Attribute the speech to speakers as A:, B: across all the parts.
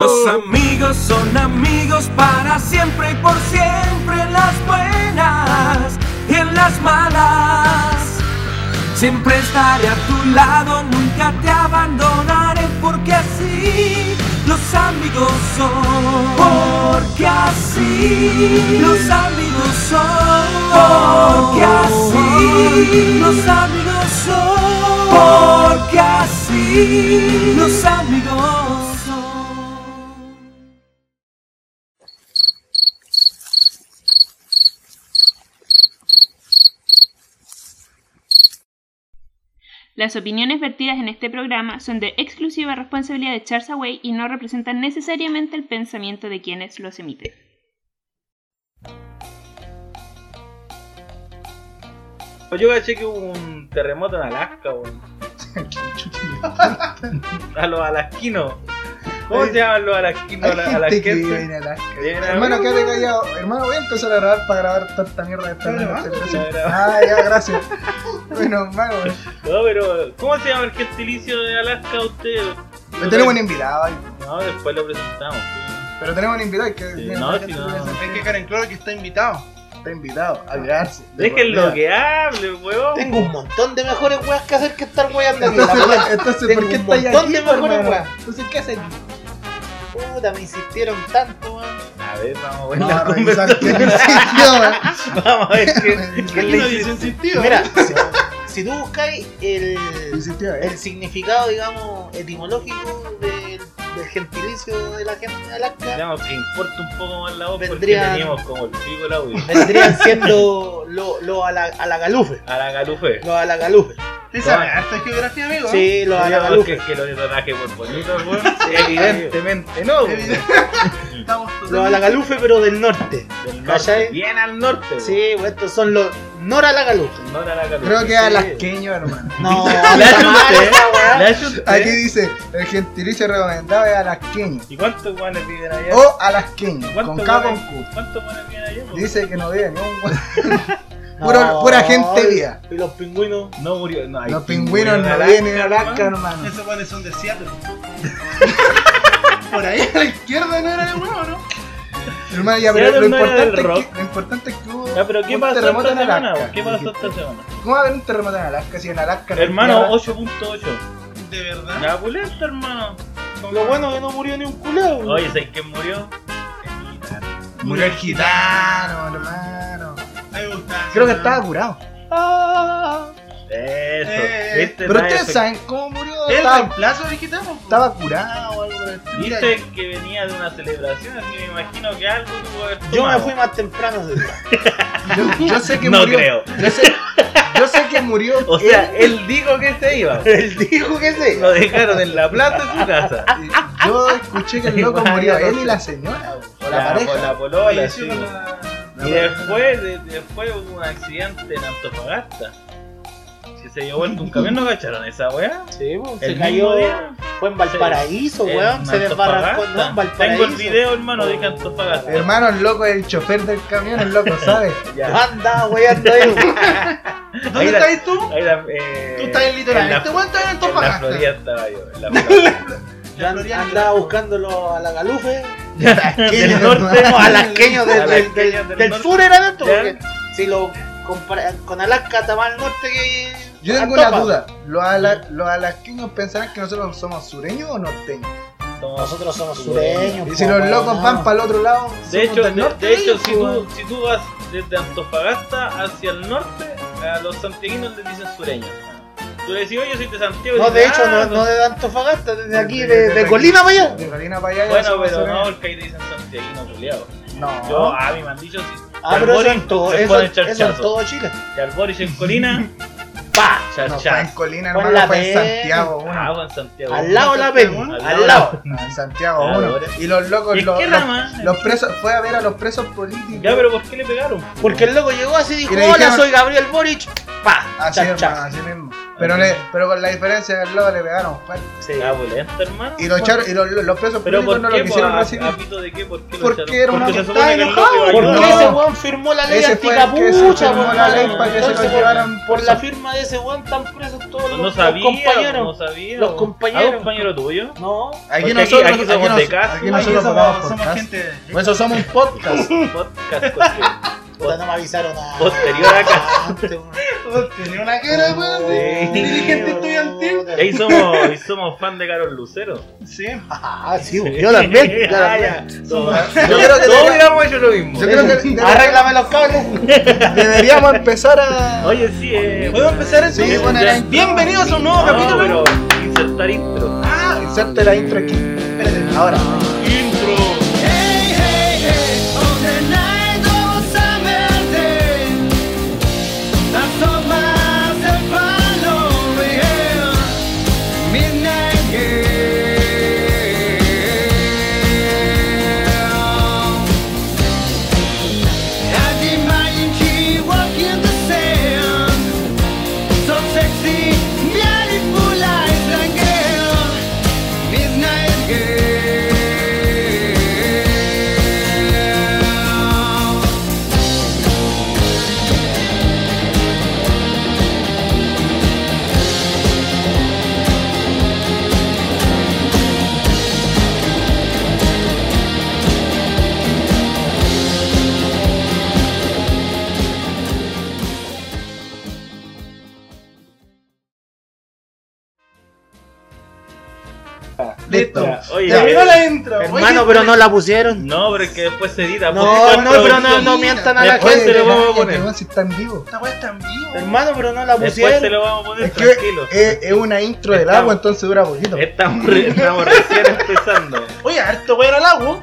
A: Los amigos son amigos para siempre y por siempre en las buenas y en las malas. Siempre estaré a tu lado, nunca te abandonaré porque así los amigos son. Porque así los amigos son. Porque así los amigos son. Porque así los amigos son.
B: Las opiniones vertidas en este programa son de exclusiva responsabilidad de Charles Away y no representan necesariamente el pensamiento de quienes los emiten.
C: Yo caché que hubo un terremoto en Alaska, weón. A los alasquinos. ¿Cómo
D: Ay,
C: se llaman los alasquinos?
D: Hay
C: La-
D: gente que vive
C: Alasquenses.
D: en Alaska.
C: Viene a-
D: Hermano, quédate callado. Hermano, voy a empezar a grabar para grabar tanta mierda de esta
E: Está
D: noche.
E: grabando,
D: Gracias.
C: está
D: Ah, ya, gracias. bueno, hermano,
C: No, pero ¿cómo se llama el gentilicio de Alaska usted?
D: pero tenemos un invitado ahí.
C: No, después lo presentamos.
D: Pero tenemos un invitado que
C: Sí,
D: mira,
C: no,
D: la gente
C: si no.
D: piensa
E: Hay que dejar en claro que está invitado.
D: que está invitado a grabarse. de
C: Déjenlo
D: por vida.
C: que hable, weón.
E: Tengo un montón de mejores weas que hacer que estar weyando aquí. La
D: Entonces,
E: verdad.
D: entonces
E: Tengo
D: ¿por qué
E: un
D: estáis
E: montón
D: aquí? pues,
E: de mejores
D: hermano?
E: weas.
D: Entonces, ¿qué hacen?
E: Puta, me insistieron tanto, weón.
C: A ver, vamos a ver
D: No,
C: la
D: a
C: conversación.
D: revisar qué dice,
C: Vamos a ver qué, qué
E: Aquí
C: le
E: no
C: hiciste.
E: Mira, si, si tú buscáis el,
D: Insistió, eh.
E: el significado, digamos, etimológico del, del gentilicio de la gente de Alaska,
C: Digamos que importa un poco más la voz porque
E: Vendría-
C: teníamos como el pico el audio.
E: vendrían siendo los lo ala- alagalufe.
C: A la galufe.
E: Los alagalufe.
F: ¿Te sabes harto de geografía, amigo?
E: Sí, los
C: Digamos que,
E: alagalufe.
C: que lo traje por bonito, weón.
D: Evidentemente, no. güey.
F: Evidente- Estamos
E: Los alagalufe, pero del norte.
C: Del norte,
E: ¿Cachai?
C: bien al norte,
E: Sí, pues estos son los noralagalufe.
C: No era la
D: Creo que es alasqueño, hermano.
E: No,
C: Le
E: la
C: achunté,
E: weá.
C: le achunté.
D: Aquí dice, el gentilicio recomendado es alasqueño.
C: ¿Y cuántos guanes viven allá?
D: O alasqueño,
C: ¿Cuántos
D: con K con
C: guanes-
D: Q.
C: ¿Cuántos guanes viven allá? po?
D: Dice que no vive ni un güey. Puro- pura gente viva.
E: Y los pingüinos.
C: No murió. No, hay
D: Los pingüinos
C: en
D: no
C: Alaska,
D: vienen a Alaska,
C: hermano.
D: hermano.
F: Esos guanes son de Seattle. Por ahí a la izquierda no era de huevo, ¿no?
D: Hermano, ya,
C: Seattle
D: pero lo
C: no era del
D: importante, es
C: rock.
D: que, lo importante es que hubo
C: Ya, pero ¿qué
D: un
C: pasó
D: terremoto
C: esta
D: en
C: semana?
D: Alaska.
C: po? ¿Qué pasó esta semana?
D: ¿Cómo va a haber un terremoto en Alaska si en Alaska no hay
C: Hermano,
D: tierra?
C: 8.8.
F: De verdad.
C: La pulenta, hermano.
E: Lo bueno que no murió ni un culeo. güey.
C: Oye, ¿sabes quién murió? El gitano.
D: Murió el gitano, hermano.
F: A mí me gustaba.
D: Creo que estaba curado.
E: Ah,
C: Eso.
F: Eh,
C: ¿Viste?
D: Pero
C: Nada,
D: ustedes
C: eso-
D: saben cómo murió.
F: ¿El
D: Estaba,
F: reemplazo pues. de gitano?
D: estaba curado o algo por el estilo.
C: Viste que venía de una celebración, así que me imagino que algo tuvo que haber
E: Yo me
C: tomado.
E: fui más temprano. sí.
D: Yo, yo sé que
C: No
D: murió.
C: creo.
D: Yo sé, yo sé que murió.
C: O sea, él dijo que se iba.
E: Él dijo que sí.
C: Lo dejaron en la plaza de su casa.
D: él. Yo escuché que el loco murió él y la señora. O la pareja.
C: con la polola, sí. Y después, de- después hubo un accidente en Antofagasta. Que se llevó el un camión, ¿no cacharon esa weá?
E: Sí, pues,
C: El
E: se
C: mismo
E: cayó.
C: día.
E: Fue en Valparaíso,
C: En
E: weón. Se desbarrancó.
C: Antofagasta.
E: No, en Valparaíso.
C: Tengo el video, hermano, de que Antofagasta.
D: Hermano, el loco es el chofer del camión, el loco, ¿sabes?
C: Ya.
E: Anda, weyando él.
F: ¿Dónde
C: Ahí la-
F: estás tú?
C: Ahí la, eh,
F: Tú estás en
C: en
F: litoral.
C: la-
F: Este weón está en
C: En la
F: Antofagasta.
C: Florida estaba yo. En la Florida.
E: Ya Andaba buscándolo a la galufe.
C: del norte.
E: No, alasqueño del, del, del,
C: Alasqueño del
E: del
C: norte.
E: sur era esto.
C: Ya.
E: Porque si lo compara con Alaska, está más al norte que.
D: Yo tengo
E: Antofa.
D: una duda. ¿Los, ala- los alasqueños pensarán que nosotros somos sureños o norteños?
C: Somos-
E: Nosotros somos sureños.
D: Y si
E: po,
D: los
E: weón,
D: locos
E: no.
D: van para el otro
C: De
D: lado, somos
C: hecho, de,
D: del norte,
C: de hecho
D: pues,
C: si, tú, si tú vas desde Antofagasta hacia el norte, a los santiaguinos les dicen sureños. Tú le decís, oye, soy de Santiago.
E: No,
C: y
E: de
C: dicen,
E: hecho,
C: "Ah,
E: no, no de Antofagasta, desde aquí, de, de Colina para allá.
D: De Galina para allá. ya
C: Bueno,
D: somos
C: pero no,
D: sureños.
C: porque ahí te dicen santiaguino culiado.
D: Ah. No.
C: Yo, a mí me han dicho, sí.
E: Ah,
C: Al
E: pero eso
C: Boris
E: en todo,
C: se
E: eso,
C: pone
E: eso en
C: charchazo.
E: todo Chile.
C: Y al Boris en Colina,
E: ¡Pa!
D: No pues, fue en
C: chachazo.
D: Colina,
E: Con
D: hermano,
E: la
D: fue en
E: P.
D: Santiago,
C: Ah,
D: uno.
C: bueno, en Santiago.
E: Al lado la pena,
C: Al lado.
E: al lado.
D: No, en Santiago,
C: Ah,
D: uno.
C: ahora.
D: Y los locos,
C: ¿En
D: los,
C: qué
D: los-
C: rama?
D: los presos, fue a ver a los presos políticos.
C: Ya, pero ¿por qué le pegaron?
E: Porque el loco llegó así y dijo,
D: Y le
E: hola,
D: dijeron-
E: soy Gabriel Boric. ¡Pa!
D: Así, hermano,
E: Chachazo.
D: así mismo. Pero, le, pero con la diferencia del lado le pegaron fuerte.
G: Sí.
C: La boleta, Ah, hermano.
D: Y los, char- y los, los presos
C: Pero
D: políticos
C: ¿por
D: no
C: qué?
D: lo quisieron
C: po? ¿A-
D: recibir.
C: a pito de qué? ¿Por qué lo
D: Porque
C: echaron?
D: era una-
C: Porque se supone
G: Estaba
C: que el
E: Ah,
G: enojado,
C: loco iba a
G: porque
C: ayudar.
D: No.
G: ese weón firmó la ley
D: Ese fue el que se
G: anticapucha,
D: firmó la
G: po, hermano.
D: ley para que se lo
G: Entonces,
D: llevaran
G: Por
D: por
G: la firma de ese weón están presos todos los,
C: No
G: los
C: sabía, no
G: compañeros.
C: sabía.
G: Los
C: po.
G: compañeros.
C: ¿Ah, un compañero tuyo?
G: No,
C: Porque
D: Aquí
C: aquí,
D: nosotros,
C: aquí somos
D: nos-
C: de casa.
D: aquí nosotros
E: somos-
D: pagamos
E: somos
D: podcast.
E: gente-
D: Por eso somos un podcast.
C: Podcast, porque
G: puta, no me avisaron nada.
C: posterior acá.
G: Antes, weón.
E: Tenía una cara, weón.
C: Sí.
E: Dirigente estudiantil.
C: Y ahí somos, y somos fan de Carol Lucero.
E: Sí.
G: Ah, sí, yo también. yo
C: Ah,
G: también.
C: ya. Todos
D: Yo creo que
C: todos
D: debería-
C: hubiéramos hecho lo mismo.
D: Yo creo que debe-
G: Arréglame los cables.
D: deberíamos empezar a.
C: Oye, sí, eh.
E: ¿Puedo empezar eso?
D: Sí, bueno, era intro.
E: Bienvenidos a un nuevo
C: No, pero
E: capítulo.
C: insertar intro.
D: Ah, inserte la intro aquí. Espérate, ahora.
C: Intro.
D: Listo.
G: Ya.
C: Oye,
E: Ya,
C: eh,
E: mira la intro.
G: Hermano,
E: Oye,
G: pero no la pusieron.
C: no, pero es que después se edita.
G: No,
C: porque
G: no,
C: cuatro-
G: pero no, no mientan a la
C: Después
G: gente.
C: se lo vamos a
D: cállate,
C: poner.
D: este weón, Si están vivos.
E: Esta weá está en vivo.
G: Hermano, pero no la
C: Después se
G: pusieron.
C: lo vamos a poner
D: Es que
C: tranquilo. Eh,
D: es, es una intro del
C: Estamos-
D: agua, entonces dura poquito.
C: Estamos, re- estamos recién empezando.
E: Oye, harto weón al agua.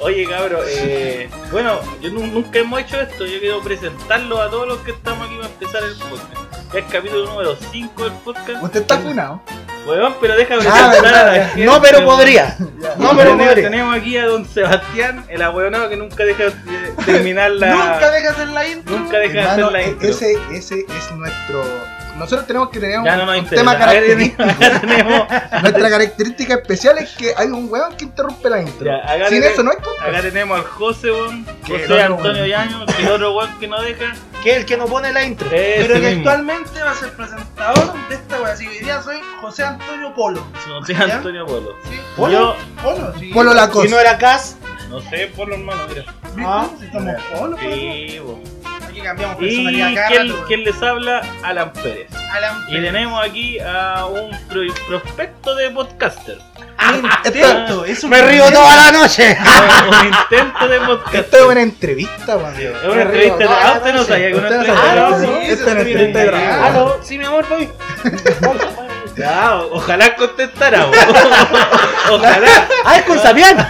C: Oye, cabro, eh, bueno, yo nu- nunca hemos hecho esto. Yo quiero presentarlo a todos los que estamos aquí para empezar el podcast. Ya es capítulo número 5 del podcast.
D: Usted está funado.
C: Huevón, pero deja
D: Ah,
C: presentar a la
D: verdad.
C: gente.
G: No, pero
C: huevón.
G: podría. No, pero
C: tenemos,
G: podría.
C: tenemos aquí a don Sebastián, el abuelonado que nunca deja de terminar la.
E: Nunca dejas en la intro.
C: nunca deja de
D: Hermano,
C: hacer la
D: e-
C: intro.
D: ese, ese es nuestro. Nosotros tenemos que tener un,
C: ya no nos
D: un
C: interesa.
D: tema
C: Ahí
D: característico.
C: tenemos.
D: Nuestra característica especial es que hay un huevón que interrumpe la intro.
C: Ya, acá
D: Sin
C: tenemos-
D: eso no hay podcast.
C: Acá tenemos al José, huevón,
D: Que
C: José
D: el otro
C: Antonio
D: huevón.
C: Yaño, que el otro weón que no deja.
G: Que el que no pone la intro.
C: Ese
E: Pero que
C: mismo.
E: actualmente va a ser presentador de esta weá. Así que hoy día soy José Antonio Polo.
C: José Antonio Polo.
E: ¿Sí?
C: Yo,
E: Polo, sí.
D: Polo la
G: Si no
D: cosa.
G: era Cas,
C: no sé, Polo, hermano, mira.
E: ¿Viste?
G: Ah.
E: Si somos Polo, Polo.
C: Sí, bo.
E: Aquí cambiamos
C: Y
E: personalidad cada
C: ¿quién,
E: rato,
C: quién les habla, Alan Pérez.
E: Alan
C: Y tenemos aquí a un pro- prospecto de podcaster.
E: Intento, es un
G: me río
E: intento.
G: toda la noche.
C: un intento de
D: Esto es
C: podcaster.
D: una entrevista, weón.
C: Es una entrevista
G: no,
C: grabada.
G: no,
C: Usted no
G: no,
C: sabía que una
D: Ustedes
C: entrevista
D: saben,
C: grabada.
G: no,
D: sí,
G: sí,
D: Esto
E: sí,
D: es una
E: sí,
D: entrevista
E: sí,
D: grabada.
G: Aló, sí, mi amor, voy.
C: Ya, o- ojalá contestara. bo. ojalá.
G: Ah, es con Sabián.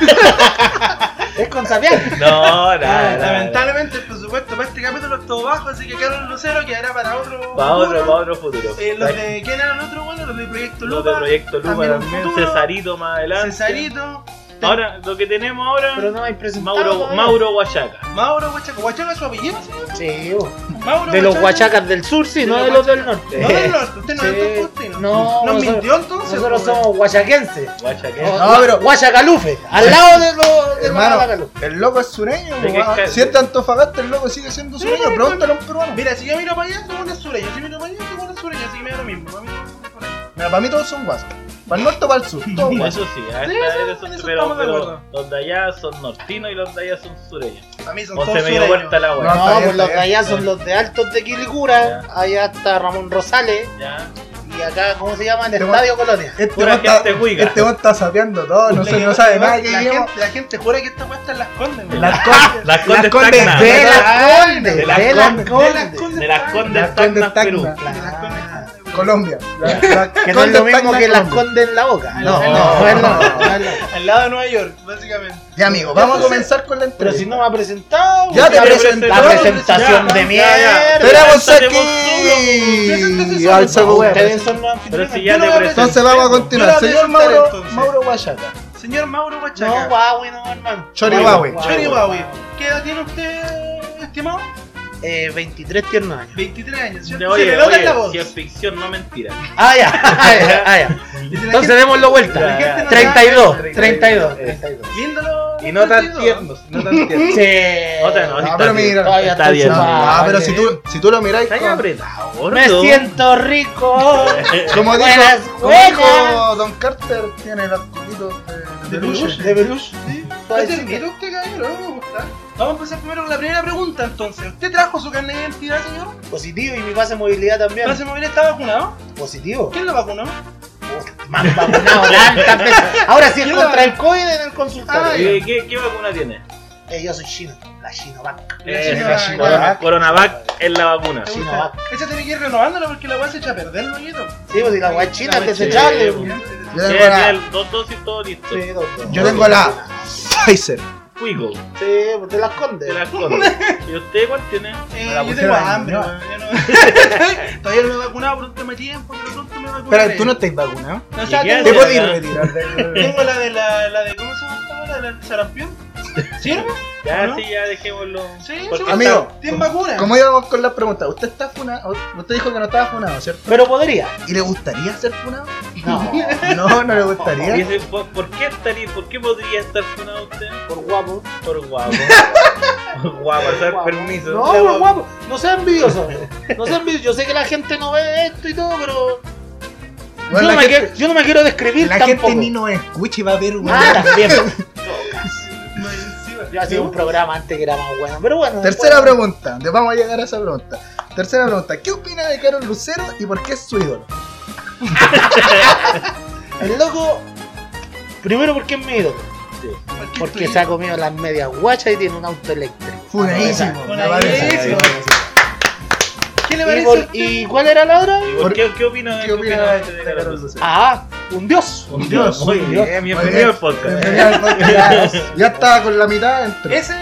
G: Es con Sabián.
C: No,
G: Ah,
C: nada. nada.
E: Ah, Lamentablemente el presupuesto para este capítulo estuvo bajo, así que Carlos Lucero quedará para otro.
C: Para otro,
E: futuro.
C: para otro futuro.
E: Eh, los de quién era el otro bueno, los de Proyecto
C: Los de
E: Lupa,
C: Proyecto Lupa
E: también un
C: también.
E: futuro.
C: Cesarito más adelante.
E: Cesarito,
C: Ahora, lo que tenemos ahora.
G: Pero no hay presentado.
C: Mauro,
G: todavía.
C: Mauro Huachaca.
E: Mauro Huachaca, Huachaca es su apellido, ¿sí?
G: Sí, bo.
E: Mauro
G: De los
E: Huachaca.
G: Huachacas del sur, sí,
E: De
G: no
E: los
G: de los del norte. Eh.
E: No del norte, usted no es del norte,
G: Sí.
E: ¿no?
G: No,
E: ¿Nos
G: nosotros-
E: mintió entonces? pues?
G: Nosotros
E: po,
G: somos huachaquenses.
C: Huachaca.
G: No,
D: pero-
G: pero Guayacalufe, al lado de los de
D: Hermano,
G: Guayacalufe.
D: el loco es sureño,
C: ¿De qué
D: weón.
C: calle?
D: Si es de Antofagasta, el loco sigue siendo sureño. Pregúntale a un peruano.
E: Mira, si yo miro para allá, somos una sureña. Si miro para allá, somos una sureña. Así que me da lo mismo. Para mí, somos por ahí.
D: Mira, para mí todos son guasos. Para el norte o para el sur, todos guasos.
C: Eso sí, a esta-
E: Sí, eso-
C: eres un-
E: eso
C: pero,
E: estamos de
C: pero
E: acuerdo.
C: los de allá son nortinos y los de allá son sureños.
E: Para mí son
C: O
E: todos
C: se me dio
E: sureños.
C: vuelta la
D: No,
C: hueá.
G: No,
D: Ah, está bien,
G: pues los
D: está
G: de allá son los de Altos de Quilicura, allá está Ramón Rosales
C: Ya.
G: y acá, ¿cómo se llama? En el
D: Te
G: Estadio Colonia.
D: Este
C: Pura
D: weón está,
C: gente huiga.
D: este weón está sapeando todo, no,
E: La
D: sé,
E: que-
D: no sabe nada
E: la,
D: que lleva.
E: gente, la gente jura que esta weá está en las condes, weón.
D: Las condes.
C: Las Condes
D: Condes
C: Tacna.
D: de
G: las
D: Condes,
C: de las
D: de las
C: Condes.
D: Condes,
C: De las Condes
D: Las Condes
C: Tacnas, Perú.
D: Tacna.
E: De las condes están en Perú.
D: Colombia. Las- las
G: Que no es
D: Condes
G: lo mismo
D: Tacna,
G: que las
D: Colombia.
G: condes en la boca.
D: No,
G: no,
D: no, no,
G: no,
D: no,
E: Al lado de Nueva York, básicamente.
D: Ya, amigo, vamos a comenzar con la
G: Pero si
D: entrevista.
G: no me ha presentado,
D: Ya te
G: la,
D: presento.
G: presentación- la presentación
C: Ya,
G: de
C: ya,
G: mierda.
C: ya.
D: Tenemos aquí
E: Preséntese solo,
D: al saco
G: No,
D: weón.
G: Ustedes son los
C: Pero si
G: anfitriones.
C: ya
E: Yo
C: te
E: lo voy a
C: presenté.
D: Entonces vamos a
E: Yo
D: continuar.
E: la voy a
D: Señor
E: presentar,
D: Mauro,
E: entonces.
D: Mauro Guayaca.
E: Señor Mauro Huachaca.
G: No, guau, no, hermano.
D: Chori guau, güey.
G: Guau,
E: Chori
G: guau,
E: Huawei.
G: guau.
E: ¿Qué edad tiene usted, estimado? eh, 23 tiernos años.
A: 23 años, ¿cierto?
C: Ya, oye,
A: se me nota
C: oye,
A: en la voz.
C: si es ficción, no mentira.
E: Ah, ya, ah, ya, ah, ya.
A: Y si la
E: Entonces
A: gente-
E: démoslo
A: la
E: vuelta.
A: gente no
E: 32,
A: sabe-
E: 32.
A: Líndolo.
C: Y no tan
A: 32.
C: tiernos, no tan tiernos.
E: Sí.
G: Eh,
C: No, no, no,
D: No,
C: está
D: pero
C: bien.
D: mira.
E: Todavía
C: Está
E: estoy
C: bien.
E: chupado.
D: Ah, pero si tú, si tú lo miráis.
C: Está
D: con-
C: apretado, gordo. Eh,
E: Me siento rico.
D: Como dijo,
E: Buenas,
D: como
E: buenas.
D: dijo Don Carter, tiene los culitos de,
A: De
D: de
A: peluche.
D: peluche.
E: De Belush.
A: ¿Usted mira usted, caballero? ¿eh? Me gusta. Vamos a empezar primero con la primera pregunta, entonces. ¿Usted trajo su carnet de identidad, señor?
E: Positivo y mi pase de movilidad también.
A: ¿Pase móvil está vacunado?
E: Positivo.
A: ¿Quién lo vacunó?
E: Más vacunado, tantas veces. Ahora sí es contra el COVID en el consultorio.
C: ¿Qué, qué, qué vacuna tiene?
E: Eh, yo soy chino. La chinovac.
A: Eh,
C: Eh,
A: la
C: corona-
E: Chinovac.
C: Coronavac es la vacuna.
A: ¿Te
E: Sí,
A: gusta?
E: no.
A: Esa tiene que ir renovándola porque la weá se echa a perder, ¿no, Guido?
E: Sí, pues si la guachina es
C: Sí,
E: desechable.
C: pues.
E: pues.
C: Ya
D: Yo tengo
C: tiene
D: la
C: el dos dosis todo listo.
E: Sí, doctor.
D: Yo tengo la- Pfizer.
C: Fuigo,
E: Sí, pues te la escondes.
C: de las cosas. ¿Y usted cuál tiene?
A: Eh,
D: Me la
A: yo tengo
D: pusieron ahí,
A: hambre,
D: ¿no?
A: weón, yo no- Todavía no me he vacunado por un tema de tiempo, pero pronto me vacunaré.
D: Pero tú no estás vacunado.
A: O sea,
C: ¿Y qué
D: Te
C: haces?
A: tengo,
D: podéis retirar de.
A: tengo la de la, la de ¿cómo se llama? La de la sarampión. ¿Sirve?
C: Ya,
A: ¿No?
C: sí, ya dejémoslo.
A: Sí,
C: Porque
A: sí,
D: Amigo,
A: está- ¿Tiene vacuna?
D: ¿Cómo íbamos con las preguntas? ¿Usted está funado? Usted dijo que no estaba funado, ¿cierto?
E: Pero podría.
D: ¿Y le gustaría ser funado?
E: No,
D: No, no le
C: Y
D: gustaría.
C: ese- ¿por, por qué estaría, por qué podría estar funado usted?
E: por guapo.
C: Por guapo. Por guapo, dar
E: Guapo.
C: permiso.
E: No, por guapo. No sean envidioso, amigo. No sean envidioso. Yo sé que la gente no ve esto y todo, pero.
D: Bueno,
E: yo, no
D: la
E: me
D: gente-
E: quiero, yo no me quiero describir
D: La
E: tampoco.
D: gente ni nos escucha y va a ver, weón.
E: Ah, también.
A: No, encima.
E: Yo hacía un programa antes que era más bueno. Pero bueno.
D: Tercera
E: después-
D: pregunta, de- vamos a llegar a esa pregunta. Tercera pregunta, ¿qué opina de Carol Lucero y por qué es su ídolo?
E: El loco. Primero porque es mi ídolo.
A: qué
E: Porque
A: tú-
E: se ha comido las medias guachas y tiene un auto eléctrico.
D: Funadísimo.
A: Funadísimo.
D: la verdad.
A: Eso. ¿Qué le
E: ¿Y,
A: parece?
E: por-
A: a usted?
E: ¿Y cuál era la otra?
C: ¿Y por
D: Por-
C: qué, qué opina,
D: ¿Qué opina
C: usted
D: de Carol Lucero?
E: Ah, un dios.
C: Un dios, muy
E: un dios.
C: bien,
D: Muy
C: bienvenido
D: bien.
C: al podcast.
D: Bienvenido al podcast. Ya- Ya estaba con la mitad dentro.
A: Ese-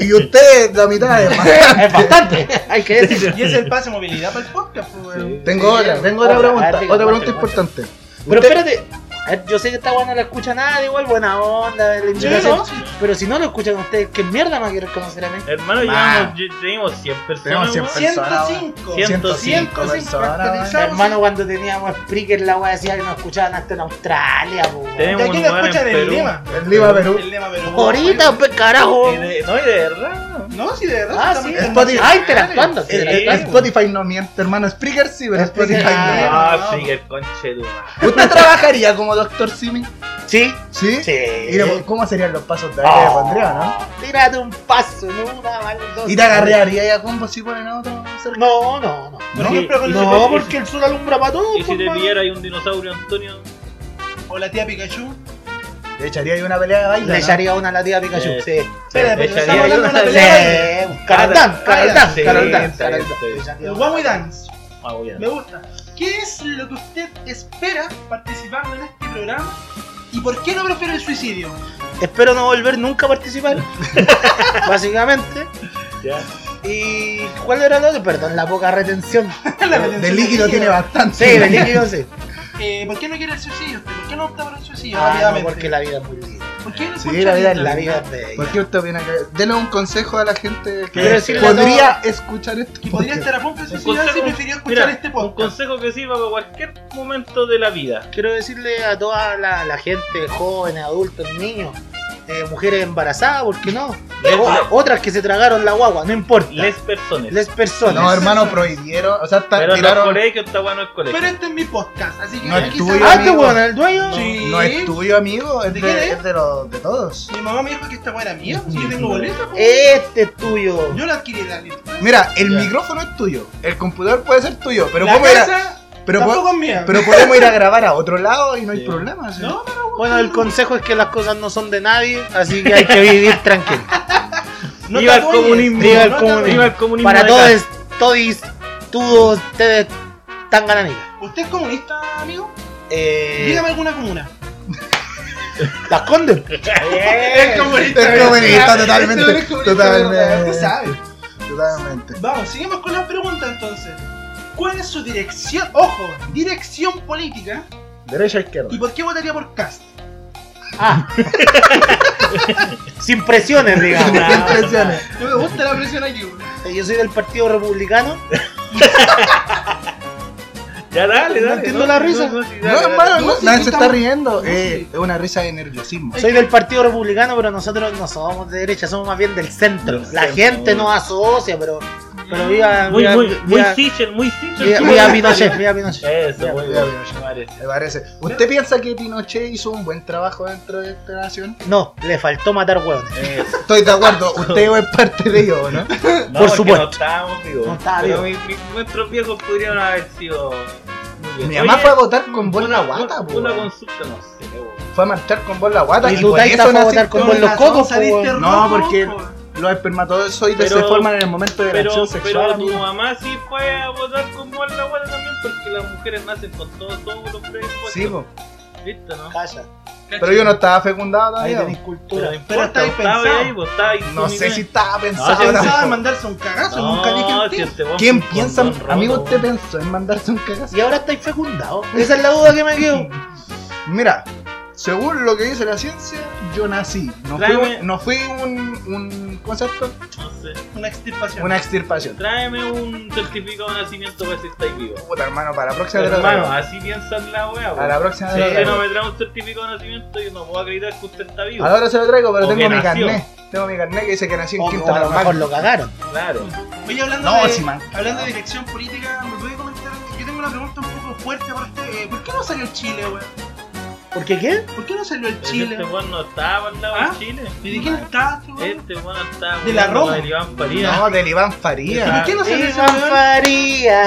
D: Y, y- y usted la mitad de más.
E: Es bastante, hay que decir.
A: Y es el pase de movilidad para el podcast, pues, weón.
D: Tengo otra, tengo
E: Otra,
D: otra
E: a ver,
D: pregunta.
E: diga,
D: Otra pregunta
E: muestre,
D: importante.
E: Pero
D: Usted-
E: espérate, a ver, yo sé que esta weá no la escucha nadie, igual buena onda, la invitación.
A: Sí,
E: Pero si no lo escuchan ustedes, ¿qué mierda más quieren conocer a mí?
C: Hermano,
D: Ma.
C: llevamos, lle- tenemos 100
D: Tenemos
C: personas.
D: 100
C: weón.
A: 105.
C: 105
D: personas,
E: Mi
A: actualizamos.
E: hermano, cuando teníamos Spreaker, la weá decía que nos escuchaban hasta en Australia, po, weón.
C: Tenemos
A: ¿De
C: un
A: quién la
C: lugar
A: escuchan
C: en
A: el
C: Perú.
A: Lima?
D: El Lima Perú.
A: El Lima Perú.
E: Ahorita, pues carajo.
C: Y de- no, y de verdad.
A: No, sí, de verdad.
E: Ah,
A: estamos
E: sí,
D: Spotify.
E: Ah, interactuando.
A: Sí,
D: El-
E: interactuando.
D: el Spotify no miente, hermano. Spreaker sí, pero
E: Spreaker,
D: Spotify
E: ah.
C: Ah,
A: no.
C: sí, que el conche de tu madre.
D: ¿Usted trabajaría como Doctor Simi?
E: Sí,
D: ¿Sí?
E: sí.
D: Mira, ¿Cómo serían los pasos de ahí que le
E: Ah,
D: pondría, no?
E: Tírate un paso, no una, mal, dos.
D: ¿Y te agarraría ya combo si ponen a otro cerca?
E: No, no, no.
A: Por
C: No,
A: ejemplo, con
E: No,
A: el-
E: porque el sol alumbra para todos.
C: Y
A: pues,
C: si te
E: hermano.
C: pillara ahí un dinosaurio, Antonio.
A: O la tía Pikachu.
D: Le echaría ahí una pelea de baile.
E: Le
D: ¿no?
E: echaría una a la tía Pikachu.
C: Eh,
E: Sí.
A: Espera, pero
C: echaría
A: estamos hablando de una
C: ahí
E: Sí.
C: una-
A: pelea.
E: Caraldán, Caraldán,
C: Sí,
E: Caraldán,
C: sí,
E: Caraldán.
C: sí.
E: Le echaría
A: El
E: una-
A: One We Dance.
C: Ah, voy a-
A: Me gusta. ¿Qué es lo que usted espera participando en este programa? ¿Y por qué no prefiere el suicidio?
E: Espero no volver nunca a participar. básicamente.
C: Ya.
E: ¿Y cuál era el otro? Perdón, la poca retención.
A: La retención
D: De líquido tiene bastante.
E: Sí, de líquido sí.
A: Eh, ¿Por qué no quiere el suicidio? usted? ¿Por qué no opta por el suicidio?
E: Ah, no,
A: rápidamente?
E: porque la vida es muy linda.
A: ¿Por qué no
D: Sí,
A: escucha
D: la vida es
A: bien?
E: La vida es
D: ¿Por
E: bella.
D: qué usted opina que.? Denle un consejo a la gente que
E: Quiero decirle a
D: podría escuchar este esto.
A: Que podría estar a punto de
C: Un
A: suicidarse si
C: consejo-
A: prefirió escuchar
C: Mira,
A: este
C: un
A: podcast.
C: consejo que sirva para cualquier momento de la vida.
E: Quiero decirle a toda la, la gente, jóvenes, adultos, niños, eh, mujeres embarazadas, ¿por qué no?
C: Les,
E: O- otras que se tragaron la guagua, no importa.
C: les
E: Les,
C: personas.
E: personas.
D: No, hermano, prohibieron. O sea, hasta
C: Pero los
D: tiraron.
C: colegios está bueno el colegio.
A: Pero este es mi podcast, así que
D: No es
A: aquí
D: tuyo.
E: ah,
A: está-
E: este weón, el dueño.
A: Sí.
D: No es tuyo, amigo. Es
A: ¿De
D: de,
A: quién es?
D: es de los- de todos.
A: Mi mamá me dijo que esta weá era mía, si yo tengo boleta, po.
E: Este es tuyo.
A: Yo la adquirí en la lista.
D: Mira, el
C: Ya.
D: micrófono es tuyo. El computador puede ser tuyo. Pero,
A: la
D: podemos ir, a,
A: casa
D: pero, po-
A: tampoco es mía.
D: pero podemos ir a grabar a otro lado y no hay
C: Sí.
D: problema. ¿sí?
A: No, pero
E: Bueno, el consejo es que las cosas no son de nadie, así que hay que vivir tranquilo.
A: no
C: Viva el
A: tatúes,
C: comunismo.
E: Viva el
A: no
E: comunismo.
A: tatúes.
C: Viva el comunismo
E: Para
C: de acá.
E: todos, todis, todos, ustedes, tan gananica.
A: ¿Usted es comunista, amigo?
E: Eh,
A: Dígame alguna comuna.
E: las conden.
A: Es comunista.
D: Es comunista, totalmente.
A: Este weón es comunista,
D: Totalmente.
A: Usted sabe.
D: Totalmente.
A: Vamos, seguimos con las preguntas entonces. ¿Cuál es su dirección? Ojo, dirección política.
D: Derecha izquierda.
A: ¿Y por qué votaría por Cast?
E: Ah. Sin presiones, digamos.
D: Sin presiones.
A: No me gusta la presión aquí.
E: Yo yo soy del Partido Republicano.
C: Ya dale,
E: No
C: dale.
E: entiendo la
C: sí,
E: risa.
D: No,
C: dale, dale.
D: hermano, no,
A: no, sí,
D: nadie se
A: estamos-
D: está riendo.
A: no,
D: eh,
A: sí.
D: Es una risa de nerviosismo.
E: Soy del Partido Republicano, pero nosotros no somos de derecha, somos más bien del centro.
C: Del
E: La
C: centro,
E: gente
C: bueno.
E: nos asocia, pero, pero viva,
C: Muy,
E: viva-
C: muy, muy
E: viva-
C: Sichel, muy Sichel.
E: viva- viva Pinochet, viva Pinochet.
C: Eso, muy
D: Viva
C: bien.
D: Pinochet.
C: Vale.
D: Me parece. ¿Usted piensa que Pinochet hizo un buen trabajo dentro de esta nación?
E: No, le faltó matar hueones.
C: Eso.
D: Estoy de acuerdo, usted es parte de ello, ¿no?
C: No,
E: Por
C: porque
E: supuesto.
C: No estábamos vivos.
E: No estaba
C: Pero mi- mi- nuestros viejos podrían haber sido. muy bien.
D: Mi mamá
C: Oye,
D: fue a votar con vos
C: una-
D: la guata,
C: una-
D: po.
C: Una consulta, no sé, po.
D: Fue a marchar con vos la guata
E: Y
D: y
E: tu
D: por
E: taita
D: eso
E: fue a
D: naciste-
E: votar con vos los
A: razón
E: cocos, po,
A: saliste
E: weón.
D: No,
A: rojo,
D: porque
A: po.
D: los espermatozoides
C: Pero-
D: se forman en el momento de la
C: Pero,
D: acción sexual.
C: pero tu
D: amigo.
C: mamá sí fue a votar con vos la guata también, porque las mujeres nacen con todos todos los predispuestos.
D: Sí, po.
C: ¿Viste, no?
E: Calla,
D: pero yo no estaba fecundado
E: ahí
D: todavía.
E: tenéis cultura.
C: Pero
A: está ahí
C: estaba
A: pensado.
C: ahí, vos estabas ahí,
D: No
C: tú
D: sé
C: ni
D: si estaba
C: No, sí,
D: pensado.
A: Pensaba
C: no.
A: en mandarse un cagazo,
C: No,
A: nunca dije
C: si
A: antes.
C: este weón
D: ¿Quién
C: fue un
D: piensa,
C: condón
D: amigo,
C: roto,
D: usted pensó en mandarse un cagazo?
E: Y ahora estáis fecundado. Esa es la duda que me quedó.
D: Mira, según lo que dice la ciencia, yo nací. No fui,
C: Tráeme-
D: no fui un, un concepto,
C: No sé.
A: Una extirpación.
D: una extirpación.
C: Tráeme un certificado de nacimiento para ver si estáis vivo.
D: Puta, hermano, para la próxima te lo
C: Hermano,
D: traigo.
C: así piensan la wea,
D: A la
C: weón.
D: próxima
C: Si
D: te lo
C: usted no
D: traigo.
C: me trae un certificado de nacimiento, yo no puedo acreditar que usted está vivo.
D: A la hora se lo traigo, pero
C: O
D: tengo
C: que
D: mi
C: nació.
D: carnet. Tengo mi carnet que dice que nací en
E: O,
D: Quinta
E: o a lo
D: Normal.
E: mejor lo cagaron.
C: Claro.
A: Oye, hablando,
D: No,
A: de,
D: sí, man.
A: hablando de dirección política, me puede comentar. Yo tengo una pregunta un poco fuerte para usted. eh, ¿Por qué no salió Chile, weón?
E: ¿Por qué qué?
A: ¿Por qué no salió el
C: Pero
A: Chile?
C: Este weón no estaba al lado
A: ¿Ah?
C: de Chile.
A: ¿Y de quién está este weón?
C: Este weón no estaba
A: De la
C: hablando
A: Roma.
C: del Iván Faría.
D: No, del Iván
A: ¿Por
D: Faría.
A: qué no salió ese
E: Iván
A: weón?
E: Faría,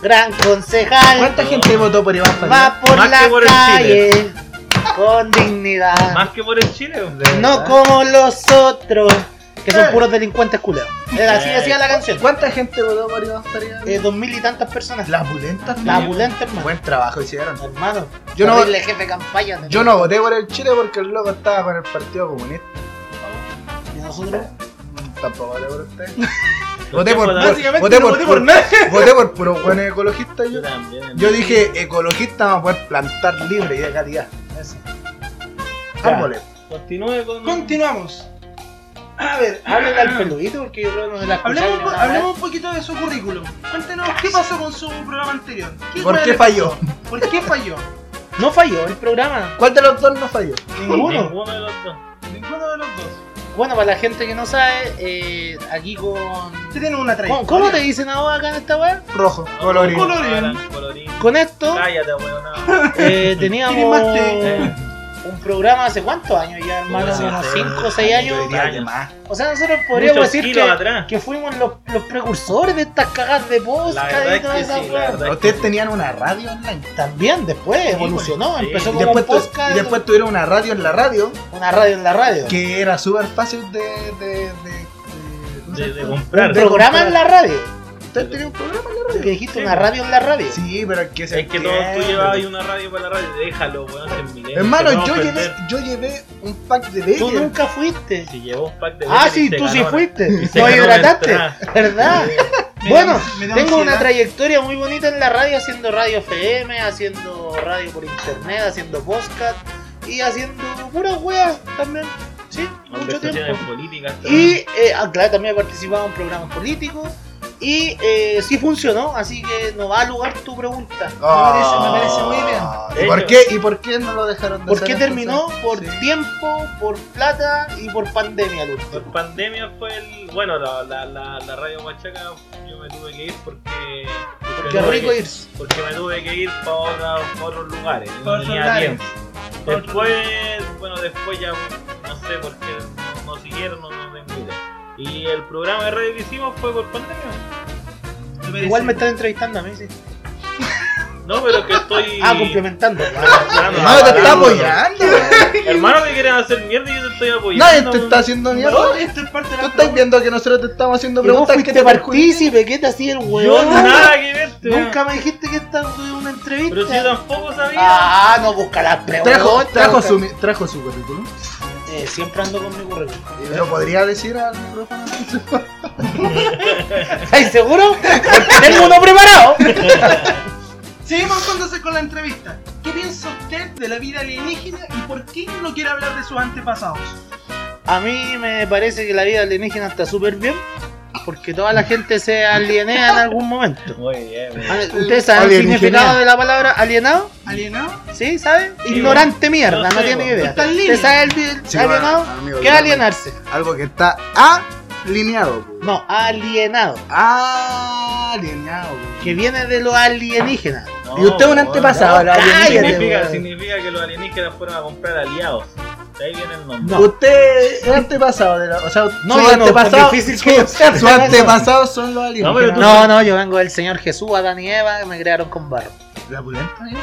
E: gran concejal,
D: ¿Cuánta gente votó por Iván Faría?
E: va por
C: Más
E: la
C: que por el
E: calle con dignidad.
C: Más que por el Chile, weón.
D: De
E: No
D: verdad.
E: como los otros, que son
D: Eh.
E: puros delincuentes culeros. Era así
C: Eh.
E: decía la canción.
D: ¿Cuánta gente votó por Iván Faría?
E: Eh, dos mil y tantas personas. La,
D: Las bulentas.
E: la abulante, hermano.
D: Buen trabajo hicieron.
E: Hermano,
D: Yo no-
E: terrible jefe de campaña.
D: Yo no voté por el Chile porque el loco estaba con el Partido Comunista.
E: Y nosotros,
D: Tampoco voté por usted.
C: Los
D: Voté
C: que
D: por,
C: votaron-
A: Básicamente
D: voté
A: no
D: por,
A: voté por
D: pu-
A: nadie.
D: voté por puro buen ecologista yo.
C: Yo también.
D: Yo dije, ecologista vamos a poder plantar libre y de calidad. Eso.
E: Ya.
D: Árboles.
C: Continúe con.
A: Continuamos. A ver,
E: háblenle al peludito porque yo creo que no se la escuchaba
A: hablemos, un
E: ni
A: po-
E: nada. ¿eh?
A: hablemos un poquito de su currículum. Cuéntenos qué pasó con su programa anterior.
D: ¿Por
A: fue-
D: qué falló?
A: ¿Por qué falló?
E: No falló el programa.
D: ¿Cuál de los dos no falló?
E: Ninguno.
C: Ninguno de los dos.
A: Ninguno de los dos.
E: Bueno, para la gente que no sabe, eh, aquí con.
A: Usted tiene una
E: ¿Cómo,
A: trayectoria.
E: cómo te dicen ahora acá en esta web?
D: Rojo,
C: Colorín.
D: colorido.
C: Colorín. Colorín.
E: Con esto
C: Cállate, weón.
E: eh,
A: ¿Quién
E: teníamos
A: más te-
E: un programa hace cuántos años ya, hermano,
C: Sí,
E: unos
C: sí.
E: 5 o 6
D: Yo
E: años.
D: diría que más.
E: O sea, nosotros podríamos
C: Muchos
E: decir
C: kilos
E: que,
C: atrás.
E: que fuimos los, los precursores de estas cagas de
C: La
E: podcast
C: verdad
E: y toda
C: es que
E: esa
C: sí, la
E: weá.
C: verdad.
D: Ustedes tenían una radio online.
E: También después
C: Sí,
E: evolucionó,
C: pues, sí.
E: empezó
C: Y
D: Y
E: como
D: después,
E: un
D: tu-
E: podcast,
D: y después tuvieron una radio en la radio
E: una radio en la radio.
D: que era súper fácil de... de, de, de- ¿cómo se
C: De, de
D: llama?
E: Un
C: comprar.
D: Pero-
E: programa en la radio.
D: ¿Ustedes tenían un programa en la
E: Que
D: radio?
E: dijiste
C: Sí,
E: una
C: pues.
E: radio en la radio.
D: Sí, pero es que se
C: Es que todo, tú
D: entiende.
C: llevabas ahí una radio para la radio. Déjalo, weón. terminé. Te
D: Hermano,
C: vamos
D: yo
C: a
D: llevé,
C: perder.
D: yo llevé un pack de Baker.
E: Tú nunca fuiste.
C: Si llevó un pack de
E: ah,
C: Becker y
E: sí,
C: se
E: tú
C: ganó
E: sí
C: la- y
E: fuiste.
C: se
E: Lo
C: ganó este, ah. la
E: hidrataste,
C: entrada.
E: ¿verdad?
A: Me da-
E: Bueno,
A: me da
E: tengo una
A: ansiedad.
E: trayectoria muy bonita en la radio, haciendo radio FM, haciendo radio por internet, haciendo podcast y haciendo puras weas también. Sí, mucho tiempo.
C: Conversaciones políticas.
E: Y, eh, ah, claro, también he participado en programas políticos y eh, sí funcionó, así que no va a lugar tu pregunta.
D: Ah.
A: Me parece- me parece muy bien.
D: ¿Y por, qué, ¿Y por qué no lo dejaron de
E: ¿Por
D: hacer
E: qué
D: entonces?
E: terminó? Por
D: Sí.
E: tiempo, por plata y por pandemia, Luz.
C: Por pandemia fue el. Bueno, la, la, la, la radio Machaca yo me tuve que ir porque. porque
E: Qué
C: tuve
E: rico
C: que-
E: irse.
C: Porque me tuve que ir para, otros lugares.
A: Por
C: No tenía
A: soldar.
C: tiempo. Después, bueno, después ya no sé por qué no, no siguieron, no, no tengo idea. Y el programa de radio que hicimos fue por pandemia.
A: Me parece-
E: Igual me están entrevistando a mí, sí.
C: No, pero que estoy.
E: Ah, complementando.
C: Hermano,
D: Hermano, te está
C: hermano,
D: apoyando.
C: Hermano, que quieren hacer mierda y yo te estoy apoyando.
D: Nadie te está haciendo mierda.
A: No, esto es parte de
D: Tú
A: la
D: estás viendo que nosotros te estamos haciendo
E: Y vos
D: preguntas que
E: fuiste
D: te perjudican.
E: partícipe, ¿qué te hacía el
C: Yo
E: weón?
C: nada que verte.
E: Nunca me dijiste que esta fue una entrevista.
C: Pero si yo tampoco sabía.
E: Ah, no busca las preguntas.
D: Trajo, trajo,
E: busca-
D: su, mi- trajo su currículum.
E: Eh, siempre ando con mi currículum.
D: ¿Lo podría decir al micrófono?
E: ¿Estáis seguro? Porque tengo uno preparado.
A: Seguimos entonces con la entrevista. ¿Qué piensa usted de la vida alienígena y por qué no quiere hablar de sus antepasados?
E: A mí me parece que la vida alienígena está súper bien. porque toda la gente se alienea en algún momento.
C: Muy bien, muy bien.
E: Ah, ¿Ustedes saben el
D: Alienígena.
E: significado de la palabra alienado?
A: ¿Alienado?
E: ¿Sí? ¿Saben?
C: Sí,
E: Ignorante mierda,
C: No
E: no
C: sé,
E: tiene
C: bueno.
E: idea.
A: Está en línea.
E: ¿Ustedes saben el
D: Sí, bueno, amigo,
E: alienado? ¿Qué es
D: dígame.
E: alienarse?
D: Algo que está alineado. pues. po.
E: No, alienado.
D: Alineado. po.
E: Que viene de los alienígenas.
C: No,
H: Y usted es un
C: bueno,
H: antepasado,
E: no,
H: la
E: cállate,
H: alienígena,
C: Significa,
H: weón.
C: significa que los alienígenas fueron a comprar aliados. De ahí viene el nombre.
E: No.
H: Usted es antepasado de la. O sea,
E: No,
H: su
E: yo no,
H: antepasado.
E: tan difícil que yo sea.
H: su antepasado son los
C: No, pero
H: alienígenas.
C: tú-
E: No, no, yo vengo del señor Jesús, Adán y Eva, me crearon con barro.
D: La pulenta, ¿eh?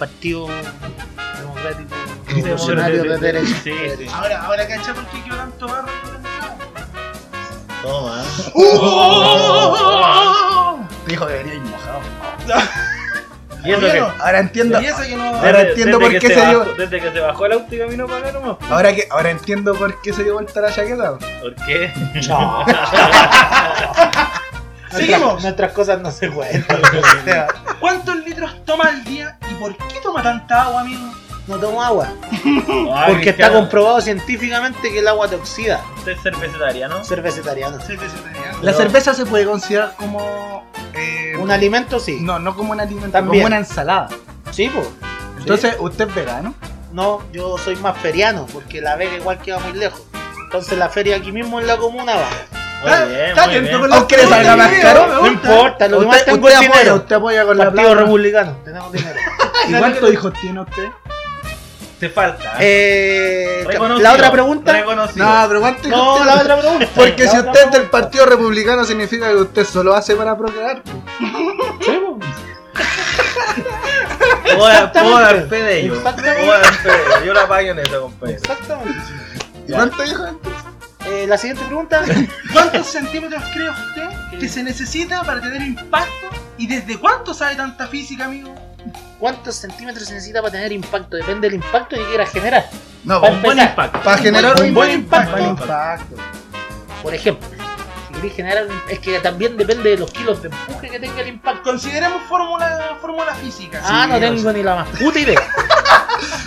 E: Partido Democrático Revolucionario
C: Revolucionario
E: de Derecha.
C: Sí, sí.
A: Ahora, ahora cacha por qué quedó tanto barro y tanto barro.
C: Toma.
D: Dijo que venía mojado.
C: Y eso que.
D: Ahora entiendo.
A: Y eso que no.
D: Ahora entiendo por
C: que
D: qué se
C: bajó-
D: dio-
C: Desde que se bajó el auto y caminó para acá nomás.
D: Ahora que ahora entiendo por qué se dio vuelta la chaqueta. po.
C: ¿Por qué?
E: No.
A: Seguimos.
E: Nuestras cosas no se cuentan.
A: ¿Cuántos litros toma al día y por qué toma tanta agua, amigo?
E: No tomo agua.
C: Ah,
E: Porque está
C: Cristiano,
E: comprobado científicamente que el agua te oxida.
C: Usted es ser vegetariano.
E: Ser vegetariano.
A: Se vegetariano.
D: La cerveza se puede considerar como. eh,
E: Un alimento sí.
D: No, no como un alimento,
E: También.
D: como una ensalada.
E: Sí, pues.
D: Entonces, ¿usted es vegano?
E: No, yo soy más feriano, porque la vega igual queda muy lejos. Entonces la feria aquí mismo en la comuna va.
C: Muy bien,
A: Está
C: muy
A: atento
C: bien.
A: con
D: ¿O quiere salga más caro?
E: No importa, lo que más
D: Usted,
E: tengo es
D: usted apoya,
E: dinero.
D: usted apoya con la
E: Partido
D: plata.
E: Republicano, tenemos dinero.
D: ¿Y cuántos hijos tiene usted?
C: Te falta.
E: Eh,
C: Reconocido,
E: la otra pregunta.
C: reconocido.
D: No, pero ¿cuántos hijos
E: No,
D: tiene
E: la
D: usted?
E: otra pregunta.
D: Porque
E: La
D: si
E: otra
D: usted es del
E: pregunta.
D: Partido Republicano significa que usted solo hace para procrear.
A: pues.
C: Puedo dar- puedo dar
E: Exactamente.
C: fe de ello.
E: Exactamente.
C: Puedo dar fe de ello. Yo la pago en eso, compañero.
E: Exactamente.
D: ¿Y cuántos hijos?
E: Eh, la siguiente pregunta.
A: ¿Cuántos centímetros cree usted que se necesita para tener impacto? ¿Y desde cuánto sabe tanta física, amigo?
E: ¿Cuántos centímetros se necesita para tener impacto? Depende del impacto que quieras generar.
D: No,
E: Para
D: pues,
C: Un buen
E: empezar.
C: impacto.
D: para generar
E: buen- un buen impacto.
D: buen impacto.
E: Por ejemplo, si querés generar un- es que también depende de los kilos de empuje que tenga el impacto.
A: Consideremos fórmula, fórmula física.
E: ah, no tengo ni la más puta idea.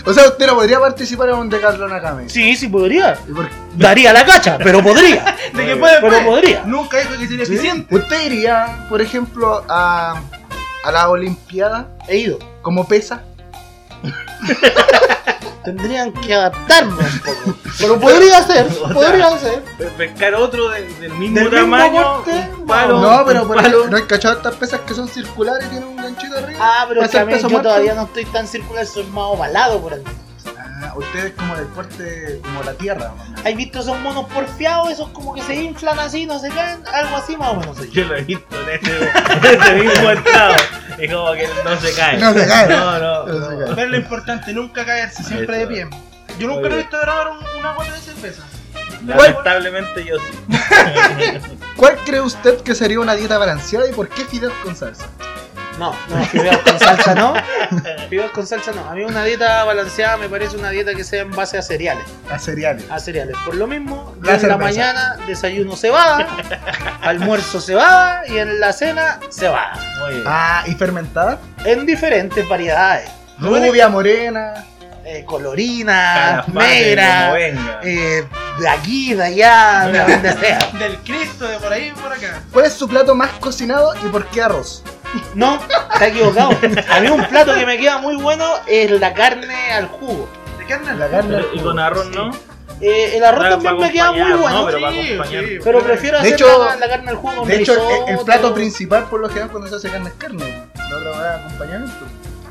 D: O sea, usted no podría participar en un Decathlon acá, ¿me?
E: Sí, sí podría.
D: ¿Y por qué?
E: Daría la cacha, pero podría.
A: De que puede,
E: Pero
A: puede.
E: podría.
A: Nunca dijo que sería eficiente.
D: ¿Usted iría, por ejemplo, a, a la Olimpiada
E: He ido.
D: como pesa?
E: Tendrían que adaptarme un poco. Pero podría ser, podría ser.
C: Pe- Pescar otro de- del mismo
E: Del mismo
C: tamaño.
E: corte,
C: un palo,
D: No, pero
C: un
D: por
C: palo.
D: ejemplo, ¿no hay cachado estas pesas que son circulares y tienen un ganchito arriba?
E: Ah, pero
D: ¿Va a ser
E: también
D: peso
E: yo
D: muerto?
E: todavía no estoy tan circular, soy más ovalado por el.
D: Ah, usted es como deporte, como la tierra. mamá.
E: ¿Has visto esos monos porfiados? Esos como que se inflan así, no se caen, algo así más o menos. soy yo.
C: Yo lo he visto en ese, en ese mismo estado. Es como que no se cae.
D: No se cae.
C: No, no.
D: No se cae.
A: Pero lo importante, nunca caerse, siempre de
C: Eso.
A: pie. Yo nunca
C: Muy
A: lo he
C: bien.
A: visto grabar un- una gota de cerveza.
C: Lamentablemente yo sí.
D: ¿Cuál cree usted que sería una dieta balanceada y por qué fideos con salsa?
E: No, no, fideos con salsa no. Fideos con salsa no. A mí una dieta balanceada me parece una dieta que sea en base a cereales.
D: A cereales.
E: A cereales. Por lo mismo, yo
D: La
E: en la
D: cerveza.
E: mañana desayuno cebada, almuerzo cebada y en la cena cebada.
C: Muy bien.
D: Ah, ¿y fermentada?
E: En diferentes variedades.
D: Rubia, morena.
E: Eh, colorina,
C: Calafate, como
E: negra,
C: venga.
E: eh, de aquí, de allá, de donde sea.
A: Del Cristo, de por ahí, por acá.
D: ¿Cuál es su plato más cocinado y por qué arroz?
E: No, está equivocado. A mí un plato que me queda muy bueno es la carne al jugo.
A: ¿De qué andas?
D: La carne.
C: Pero- y con arroz, ¿no?
E: Eh, el arroz
C: Para-
E: también
C: para
E: me queda muy
C: acompañar,
E: bueno.
C: No, pero para
A: Sí,
C: acompañar.
A: sí.
E: Pero prefiero
D: De
E: hacer
D: hecho-
E: la, la carne al jugo. con
D: De hecho,
E: risotto.
D: el, el plato principal por lo general cuando se hace carne es carne. La otra va a acompañamiento.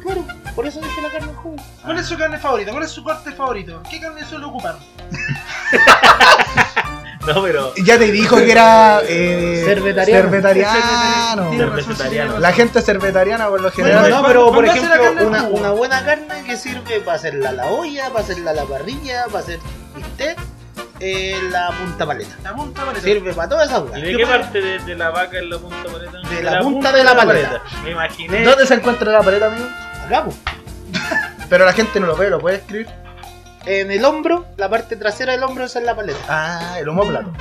E: Claro, por eso dije la carne al jugo.
A: ¿Cuál es su carne favorita? ¿Cuál es su corte favorito? ¿Qué carne suele ocupar?
C: No, pero.
D: Ya te dijo que era eh,
E: Cervetariano.
A: Tiene
D: cervetariano.
A: razón,
C: Cervetariano.
A: sí, tiene razón.
D: La gente es cervetariana por lo general.
E: Bueno, no, pero por
A: ¿cuándo hace la carne
E: ejemplo,
A: al
E: una,
A: jugo?
E: una buena carne que sirve para hacerla a la olla, para hacerla a la parrilla, para hacer bistec, eh, la punta paleta.
A: La punta paleta.
E: Sirve para todas esas
C: ¿Y
E: cosas.
C: de qué parte de, de la vaca es la punta paleta?
E: De la punta de la paleta.
C: Me
A: eh.
C: imaginé.
D: ¿Dónde se encuentra la paleta, amigo?
E: Acá, pues.
D: Pero la gente no lo ve, lo puede escribir.
E: En el hombro, la parte trasera del hombro, esa es la paleta.
D: Ah, el homoplato.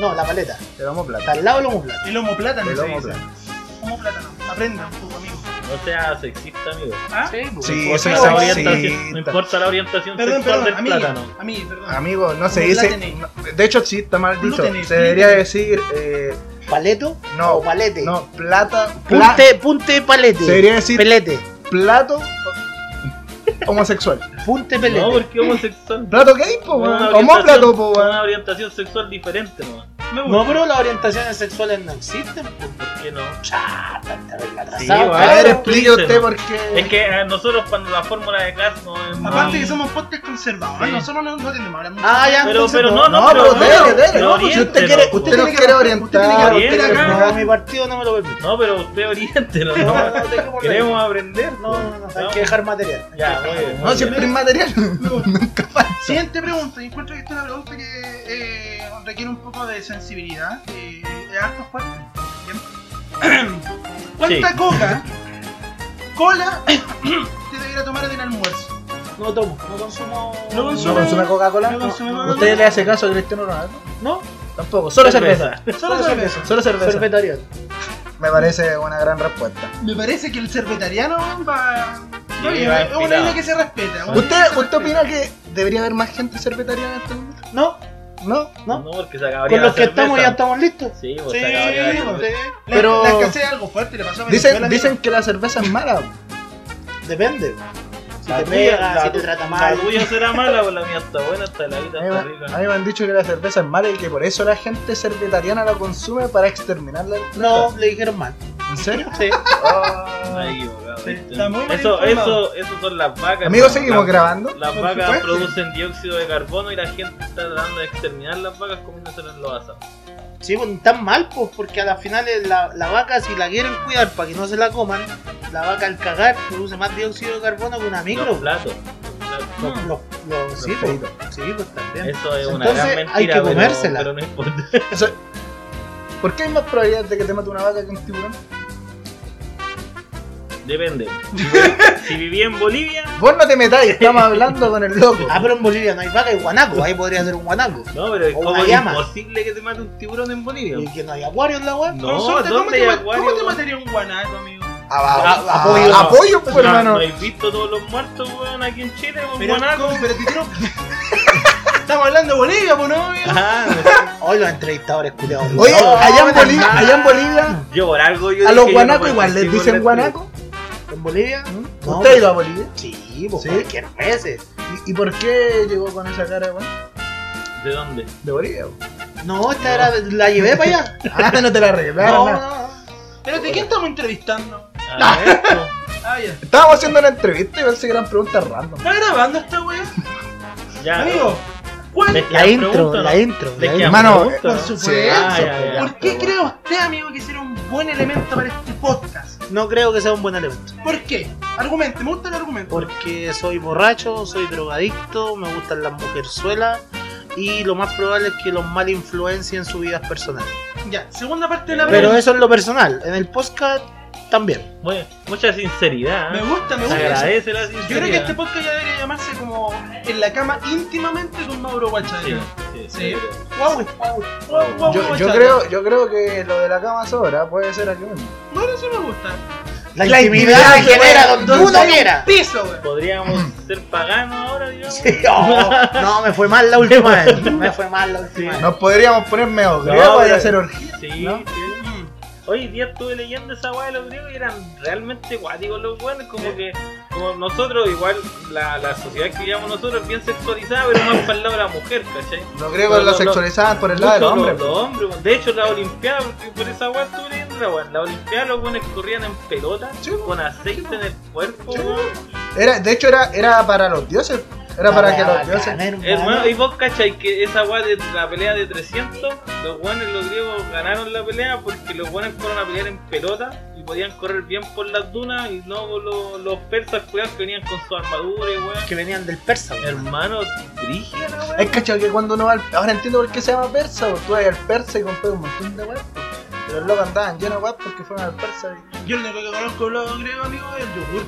E: No, la paleta.
D: El homoplato.
E: Está al lado del homoplato.
A: Ah, El homo plátano.
D: El
A: se
D: homoplato.
A: dice. Homo plátano. Aprenda un poco, amigo.
C: No sea sexista, amigo.
A: ¿Ah?
E: Sí, pues.
C: No
D: Sí,
C: importa
D: soy
C: la orientación- No
D: sexista.
C: importa la orientación
A: Perdón,
C: sexual
A: perdón, a
C: del
A: mí,
C: plátano.
A: a mí, perdón.
D: Amigo, no se
A: No la
D: dice.
A: tenéis.
D: no- de hecho, sí, está mal
A: No
D: dicho.
A: tenéis,
D: se
A: no
D: debería
A: tenéis.
D: decir. eh,
E: ¿Paleto?
D: no,
E: ¿O palete?
D: no, plata. pla-
E: Punte, punte palete.
D: se debería decir
E: Pelete.
D: plato homosexual.
E: Punte pelete.
C: No, porque homosexual.
D: ¿Plato gay, po,
C: Una
D: weón?
C: orientación-
D: Homóplato, po, weón.
C: Una orientación sexual diferente, no. Me gusta.
E: No, pero las orientaciones sexuales no existen. pues.
C: ¿Por qué no?
D: Sí,
E: Atrasado,
D: weón.
E: claro.
D: A ver, explique
C: explícelo.
D: usted por qué.
C: Es que eh, nosotros cuando la fórmula de gas no es
A: Aparte
C: no-
A: que somos podcast conservadores,
C: Sí.
A: nosotros no, no tenemos ahora mucho.
E: Ah, ya.
C: Pero,
E: entonces
C: pero no,
E: no.
C: no,
D: No, pero dele,
C: no, no,
D: dele, no,
A: pues si
C: oriéntelo,
D: usted quiere,
C: po.
D: usted nos
A: tiene que-
D: quiere
A: usted tiene que
D: orientar. usted
C: orientar.
D: quiere-
E: No,
D: no,
E: mi partido no me lo permite.
C: No, pero usted oriéntelo,
E: No,
C: ¿no?
E: no, dejémoslo ahí.
C: Queremos aprender, ¿no?
E: No, no, no, hay
C: No.
E: que dejar material.
C: Ya, muy bien.
D: No, siempre es material. Nunca falta.
A: Siguiente pregunta, y encuentro que esta es una pregunta que eh, requiere un poco de sensibilidad, eh, es harto fuerte. ¿bien? ¿Cuánta
C: Sí.
A: coca, cola, te debería tomar en el almuerzo?
E: No tomo, no consumo.
A: No
D: ¿No
A: consume-
D: consume Coca-Cola?
A: no consume
D: No.
A: Coca-Cola.
D: ¿Usted le hace caso a Cristiano Ronaldo?
E: No,
D: Tampoco, solo cerveza.
A: Solo cerveza.
D: Solo cerveza.
E: Sorbetariano.
D: Me parece una gran respuesta.
A: Me parece que el cervetariano va...
C: Sí,
A: Oye,
C: va
A: es una
C: inspirado.
A: idea que se respeta. una idea que
D: ¿Usted,
A: se
D: ¿Usted
A: respeta.
D: opina que debería haber más gente cervetariana en este mundo?
E: No,
D: ¿No?
E: no.
C: No, porque se acabaría
E: Con los
C: la
E: que
C: cerveza.
E: estamos ya estamos listos.
C: Sí, pues
A: Sí,
C: se acabaría la cerveza.
A: usted- la-
D: Pero-
A: La escasez es algo fuerte, le pasó a Venezuela,
D: Dicen, dicen que la cerveza es mala.
E: Depende. Si
C: La
E: te
C: tuya-
E: pega,
C: la
E: si
C: tu-
E: te trata
C: La
E: mal.
C: tuya será mala, pues la mía está buena, está la
D: A
C: vida
D: mí,
C: está
D: me- a
C: rica.
D: mí me han dicho que la cerveza es mala y que por eso la gente cervetariana la consume para exterminarla.
E: No, le dijeron mal.
D: ¿En serio?
E: Sí.
C: Está equivocado,
A: Sí,
C: ¿viste?
A: está muy mal
C: Eso,
A: informado.
C: eso, eso son las vacas.
D: Amigos,
C: ¿no?
D: seguimos
C: Las-
D: grabando.
C: Las
A: Por
C: vacas
A: supuesto.
C: producen dióxido de carbono y la gente está tratando de exterminar las vacas comiéndoselas en los asados.
E: Sí, pues, están mal, pues, porque a las finales la, la vaca, si la quieren cuidar para que no se la coman, la vaca al cagar produce más dióxido de carbono que una
C: Los
E: micro. Mm.
C: platos. los platos.
E: Los- los- los- sí, pues, sí, pues
A: ¿eh?
E: también.
C: Eso es una
E: Entonces,
C: gran
E: hay
C: mentira.
E: que
C: pero-
E: comérsela.
C: Pero, no importa.
D: ¿Por qué hay más probabilidades de que te mate una vaca que un tiburón?
C: Depende. Si viví- Si viví en Bolivia.
D: Vos no te metáis, estamos hablando con el loco.
E: Ah, pero en Bolivia no hay vaca, hay guanaco, ahí podría ser un guanaco.
C: No, pero es
E: O una
C: como
E: llama.
C: imposible que te mate un tiburón en
E: Y
C: Bolivia.
E: que no hay acuario en la web.
C: No,
A: Consorte, ¿cómo
C: ¿dónde
A: te
C: hay
A: ma-
C: acuario?
A: ¿Cómo te mataría un guanaco, amigo?
D: Ah,
C: Ah,
D: apoyo,
C: ah,
D: apoyo, pues,
C: No,
D: hermano.
C: ¿No has visto todos los muertos, weón, aquí en Chile? weón,
A: Pero,
C: guanaco?
A: ¿cómo? pero te quiero-
E: Ah,
A: Estamos hablando de Bolivia, pues no, amigo.
C: Ah, no.
E: Hoy los entrevistadores, culiados.
D: Oye,
E: No,
D: allá en
E: no,
D: Bolivia,
E: no.
D: allá en Bolivia
C: yo por algo yo
D: a
C: dije,
D: los
C: yo
D: guanacos
C: no
D: igual les
C: participo en
D: dicen
C: la
D: guanaco.
E: ¿En Bolivia? No,
D: ¿Mm?
E: pues,
D: ¿Usted ha ido a Bolivia?
E: Sí, pues
D: Sí.
E: cualquier veces.
D: ¿Y, y por qué llegó con esa cara, weón?
C: entrevista. ¿De dónde?
D: De Bolivia. weón.
E: No, esta era. La llevé para allá.
D: Ah, no te la arreglaron.
E: No,
D: nada.
E: no, no.
A: Espérate, ¿quién estamos entrevistando?
C: A esto.
A: Ah, ya.
D: Estábamos haciendo una entrevista y pensé que eran preguntas random.
A: ¿Está grabando esta wea?
C: Ya.
A: Amigo, ¿cuál?
C: Les quedan
E: La intro,
C: preguntas, ¿no?
E: la intro.
C: Les
E: la
C: quedan
E: intro.
D: Hermano, eh,
C: preguntas,
A: Por
C: ¿no?
A: supuesto.
C: Ah, ya, ya.
A: ¿Por qué cree usted, amigo, que será un buen elemento para este podcast?
E: No creo que sea un buen elemento.
A: ¿Por qué? Argumente, me gusta el argumento.
E: Porque soy borracho, soy drogadicto, me gustan las mujerzuelas y lo más probable es que los mal influencien sus vidas personales.
A: Ya, segunda parte de la
E: Pero
A: pregunta.
E: eso es lo personal, en el podcast también.
C: Bueno, mucha sinceridad. ¿eh?
A: Me gusta, me
C: Se
A: gusta. eso.
C: agradece la sinceridad.
A: Yo creo que este podcast ya debería llamarse como En la cama íntimamente con Mauro Guachadero.
C: Sí, sí,
A: Sí.
C: sí.
A: Guau, guau, guau, guau,
D: Yo,
A: guau,
D: yo
A: guau.
D: creo, yo creo que lo de la cama sobra, puede ser aquí mismo.
A: Bueno, eso me gusta.
E: La,
D: La
E: intimidad,
D: intimidad
E: que
D: que
E: genera
D: pueda-
E: donde uno
A: Entonces,
E: quiera.
A: un Piso, güey.
C: Podríamos
D: Mm.
C: ser paganos ahora, digamos.
E: Sí, oh, no, me fue mal la última vez. Me fue mal la última vez.
D: Nos podríamos poner medio
C: No,
D: griegos y
C: pero-
D: hacer orgía.
C: Sí,
D: ¿No?
C: sí. Hoy día estuve leyendo esa weá de los griegos y eran realmente guáticos los buenos, como que como nosotros, igual la, la sociedad que llevamos nosotros es bien sexualizada, pero más para el lado de la mujer, ¿cachai?
D: Los
C: No,
D: griegos la
C: no, no.
D: sexualizaban por el lado del
C: Mucho
D: hombre. pues.
C: los- los hombres, weón. de hecho la olimpiada, porque por esa weá estuve leyendo la weá, la olimpiada los buenos corrían en pelota,
D: Sí,
C: con aceite en el cuerpo,
D: Sí.
C: weón.
D: pues. Era, de hecho, era, era para los dioses. Era para que los dioses.
C: Hermano, y vos cachai que esa weá de la pelea de 300, los guanes, los griegos ganaron la pelea porque los guanes fueron a pelear en pelota y podían correr bien por las dunas y no con los, los persas cuidados que venían con su armadura y weón.
E: que venían del persa. weón.
C: Hermano, brígida la weá.
D: Es cachado que cuando uno va al. Ahora entiendo por qué se llama persa, porque tú vas al persa y compras un montón de weas. pues. Pero los locos andaban llenos de weas porque fueron al persa y-
A: Yo lo único que conozco los griegos, amigo, es el yogur.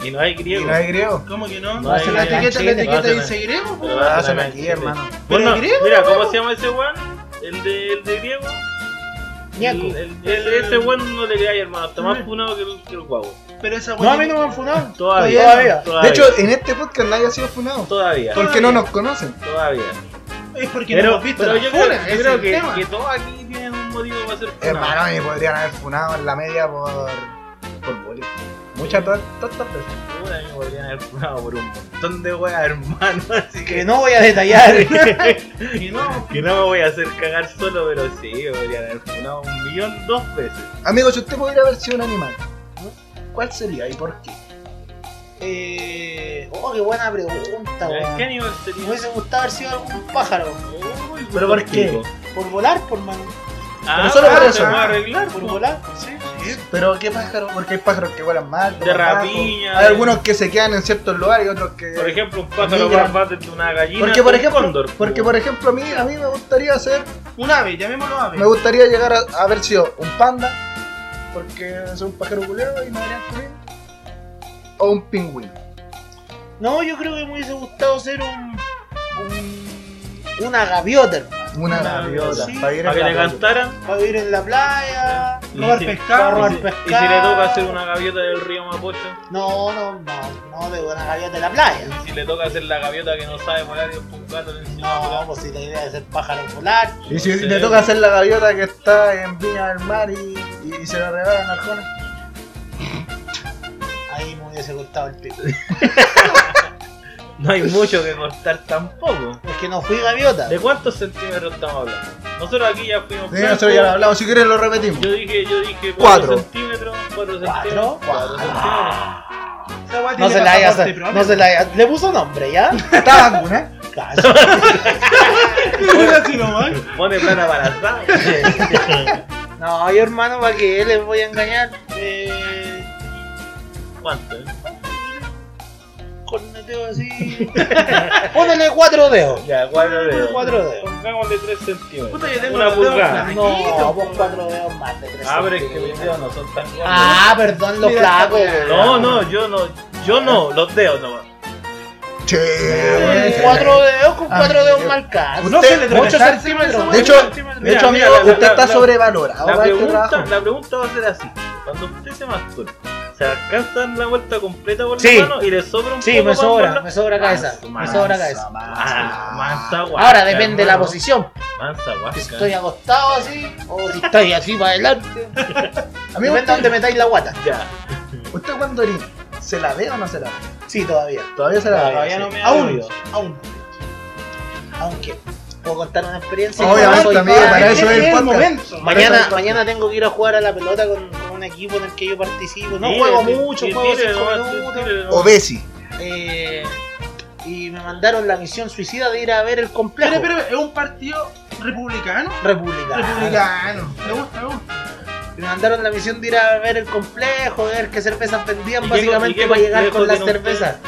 C: Y no hay
D: y
C: griego.
D: no hay griego.
A: ¿Cómo que no?
C: No,
A: Hacen la
C: ahí, ahí,
A: etiqueta,
E: ahí,
A: la
E: ahí,
A: etiqueta pues.
C: ahí,
A: y
C: ahí.
A: seguiremos.
C: Pero
A: po.
D: Lo
C: va a
D: hacen
C: tener
D: aquí,
C: que-
D: hermano.
C: Bueno,
A: Pero griego,
C: mira, ¿cómo se llama ese weón? El de, el de griego.
E: ñaco.
C: El, el- ese weón no le cae, hermano. Está más funado que el, que el guapo.
A: Pero esa
E: No,
A: weá
E: a mí no me han funado.
C: Todavía.
E: Todavía.
C: todavía,
D: De hecho, en este podcast nadie ha sido funado.
C: todavía.
D: Porque no nos conocen.
C: Todavía.
A: es porque no
C: Pero,
A: hemos visto
C: pero
A: la
C: yo
A: funa,
C: creo, yo
A: ese es
C: creo
A: el tema.
C: que, que todos aquí tienen un motivo para ser funados.
D: Hermano, me podrían haber funado en la media por. por bullying. Muchas to- tontas veces.
C: Puta, a mí me podrían haber funado por un montón de weas, hermano. Así que
E: Que no voy a detallar.
A: Que no,
C: Que no me voy a hacer cagar solo, pero sí, me podrían haber funado un millón dos veces.
D: Amigo, si usted pudiera haber sido un animal, ¿no? ¿cuál sería y por qué?
E: eh, oh, qué buena pregunta,
C: ¿Qué
E: weón.
C: animal
E: Me
C: sería?
E: hubiese gustado haber sido algún pájaro.
C: Uy,
D: ¿Pero por qué?
C: pico.
E: Por volar, por mano.
C: Ah,
D: Pero solo por
C: se
D: eso.
C: puede arreglar,
E: Por
C: po.
E: volar, sí.
D: Pero qué pájaro, porque hay pájaros que vuelan mal,
C: De
D: toman bajo.
C: rapiña.
D: Hay algunos que se quedan en ciertos lugares y otros que.
C: Por ejemplo, un pájaro
D: Migra.
C: más bate de una gallina.
D: porque por
C: que un
D: ejemplo,
C: cóndor,
D: porque
C: po.
D: por ejemplo a mí a mí me gustaría ser,
A: un ave, llamémoslo ave.
D: me gustaría llegar a, a haber sido un panda, porque soy un pájaro culeado y me darían comer. O un pingüino.
E: No, yo creo que me hubiese gustado ser un. un- una gaviota, hermano.
D: Una
C: Una
D: gaviota.
E: sí,
D: para ir en
C: Para que
D: la
C: le
D: playa.
C: cantaran.
E: Para vivir en la playa.
C: y
A: Robar
C: si-
A: pescado,
E: robar
C: y si- Y si le
E: pescado.
C: toca hacer una gaviota del río Mapocho,
E: No, no, no, no de una gaviota en la playa.
C: y si le toca hacer la gaviota que no sabe volar y es un gato le encima.
E: No, pues si la idea de ser pájaro volar.
D: Y si
C: Sí.
D: le toca hacer la gaviota que está en Viña del Mar y, y se la regalan al Jonas.
E: Ahí me hubiese gustado el pico.
C: No hay mucho que cortar tampoco.
E: Es que no fui gaviota.
C: ¿De cuántos centímetros estamos hablando? Nosotros aquí ya fuimos.
D: Sí, nosotros ya lo hablamos, si quieren lo repetimos.
C: Yo dije, yo dije 4
D: Cuatro.
C: centímetros, 4 centímetros, 4
E: ¿Cuatro?
C: centímetros.
A: Esa weá
E: No
A: tiene
E: se la haya.
A: pasaporte propio.
E: No se la haya. Le puso nombre, ¿ya?
D: Está vacuna.
E: Cacho.
A: Así nomás.
C: Pone plata para atrás.
E: No, yo hermano, ¿para qué les voy a engañar? Eh,
C: ¿Cuánto? eh?
E: corneteo así. Pónele cuatro dedos.
C: Ya, 4 dedos.
E: Cuatro dedos.
C: Pongámosle 3 centímetros.
A: Puta, yo tengo
C: Una
A: los dedos
C: pulgada.
A: flacos.
E: No, vos cuatro dedos más de tres.
C: Ah, pero es que mis
E: centímetros.
C: dedos no son tan gordos.
E: Ah, perdón, los
A: Mira,
E: flacos.
A: mira.
E: weón.
C: No, no, yo no. Yo no, los dedos nomás.
D: Che,
E: Con
D: bueno.
E: cuatro dedos, con cuatro
D: Ah,
E: dedos
D: yo-
E: mal alcanza.
A: No se le
E: Ocho
A: toca estar
E: centímetros.
A: encima
D: De hecho, de hecho
C: Mira,
D: amigo,
C: mira, la-
D: usted
C: la-
D: está
C: la-
D: sobrevalorado
C: La
D: para este
C: pregunta,
D: trabajo.
C: la pregunta va a ser así. Cuando usted se masturba, se alcanza a dar la vuelta completa por
E: Sí.
C: la mano y le sobra un
E: Sí,
C: poco
E: me
C: para
E: sobra,
C: andar-
E: me sobra cabeza. Me
C: Ah, mansa,
E: sobra cabeza.
C: Ah, mansa guasca,
E: Ahora depende de la
C: hermano.
E: posición.
C: Mansa
E: Si
C: guasca.
E: estoy acostado así o si estoy así para adelante.
D: Amigo,
E: Depende de
D: usted,
E: dónde metáis la guata.
C: Ya.
D: usted cuando orina, ¿se la ve o no se la ve?
E: Sí, todavía.
D: Todavía se la ve.
C: Todavía
D: sí.
C: no me ha
E: Aún,
C: dolido.
E: aún. Aunque, ¿puedo contar una experiencia? Soy
D: Obviamente, amigo,
E: fan.
D: para
A: Este
D: eso es el
A: es el
D: podcast.
A: momento.
E: Mañana, mañana tengo que ir a jugar a la pelota con, con un equipo en el que yo participo. No
C: Tire,
E: juego
C: tire,
E: mucho,
C: tire,
E: juego
C: tire,
E: cinco
C: nomás,
E: minutos.
C: tire, nomás.
D: O Bessie.
E: Eh, y me mandaron la misión suicida de ir a ver el complejo
A: Pero, pero, es un partido republicano.
E: republicano.
A: Republicano. Me gusta, me gusta.
E: Me mandaron la misión de ir a ver el complejo, de ver qué cervezas vendían
C: ¿Y qué- y
E: básicamente
C: qué
E: para llegar
C: complejo
E: con las
C: tiene usted?
E: cervezas.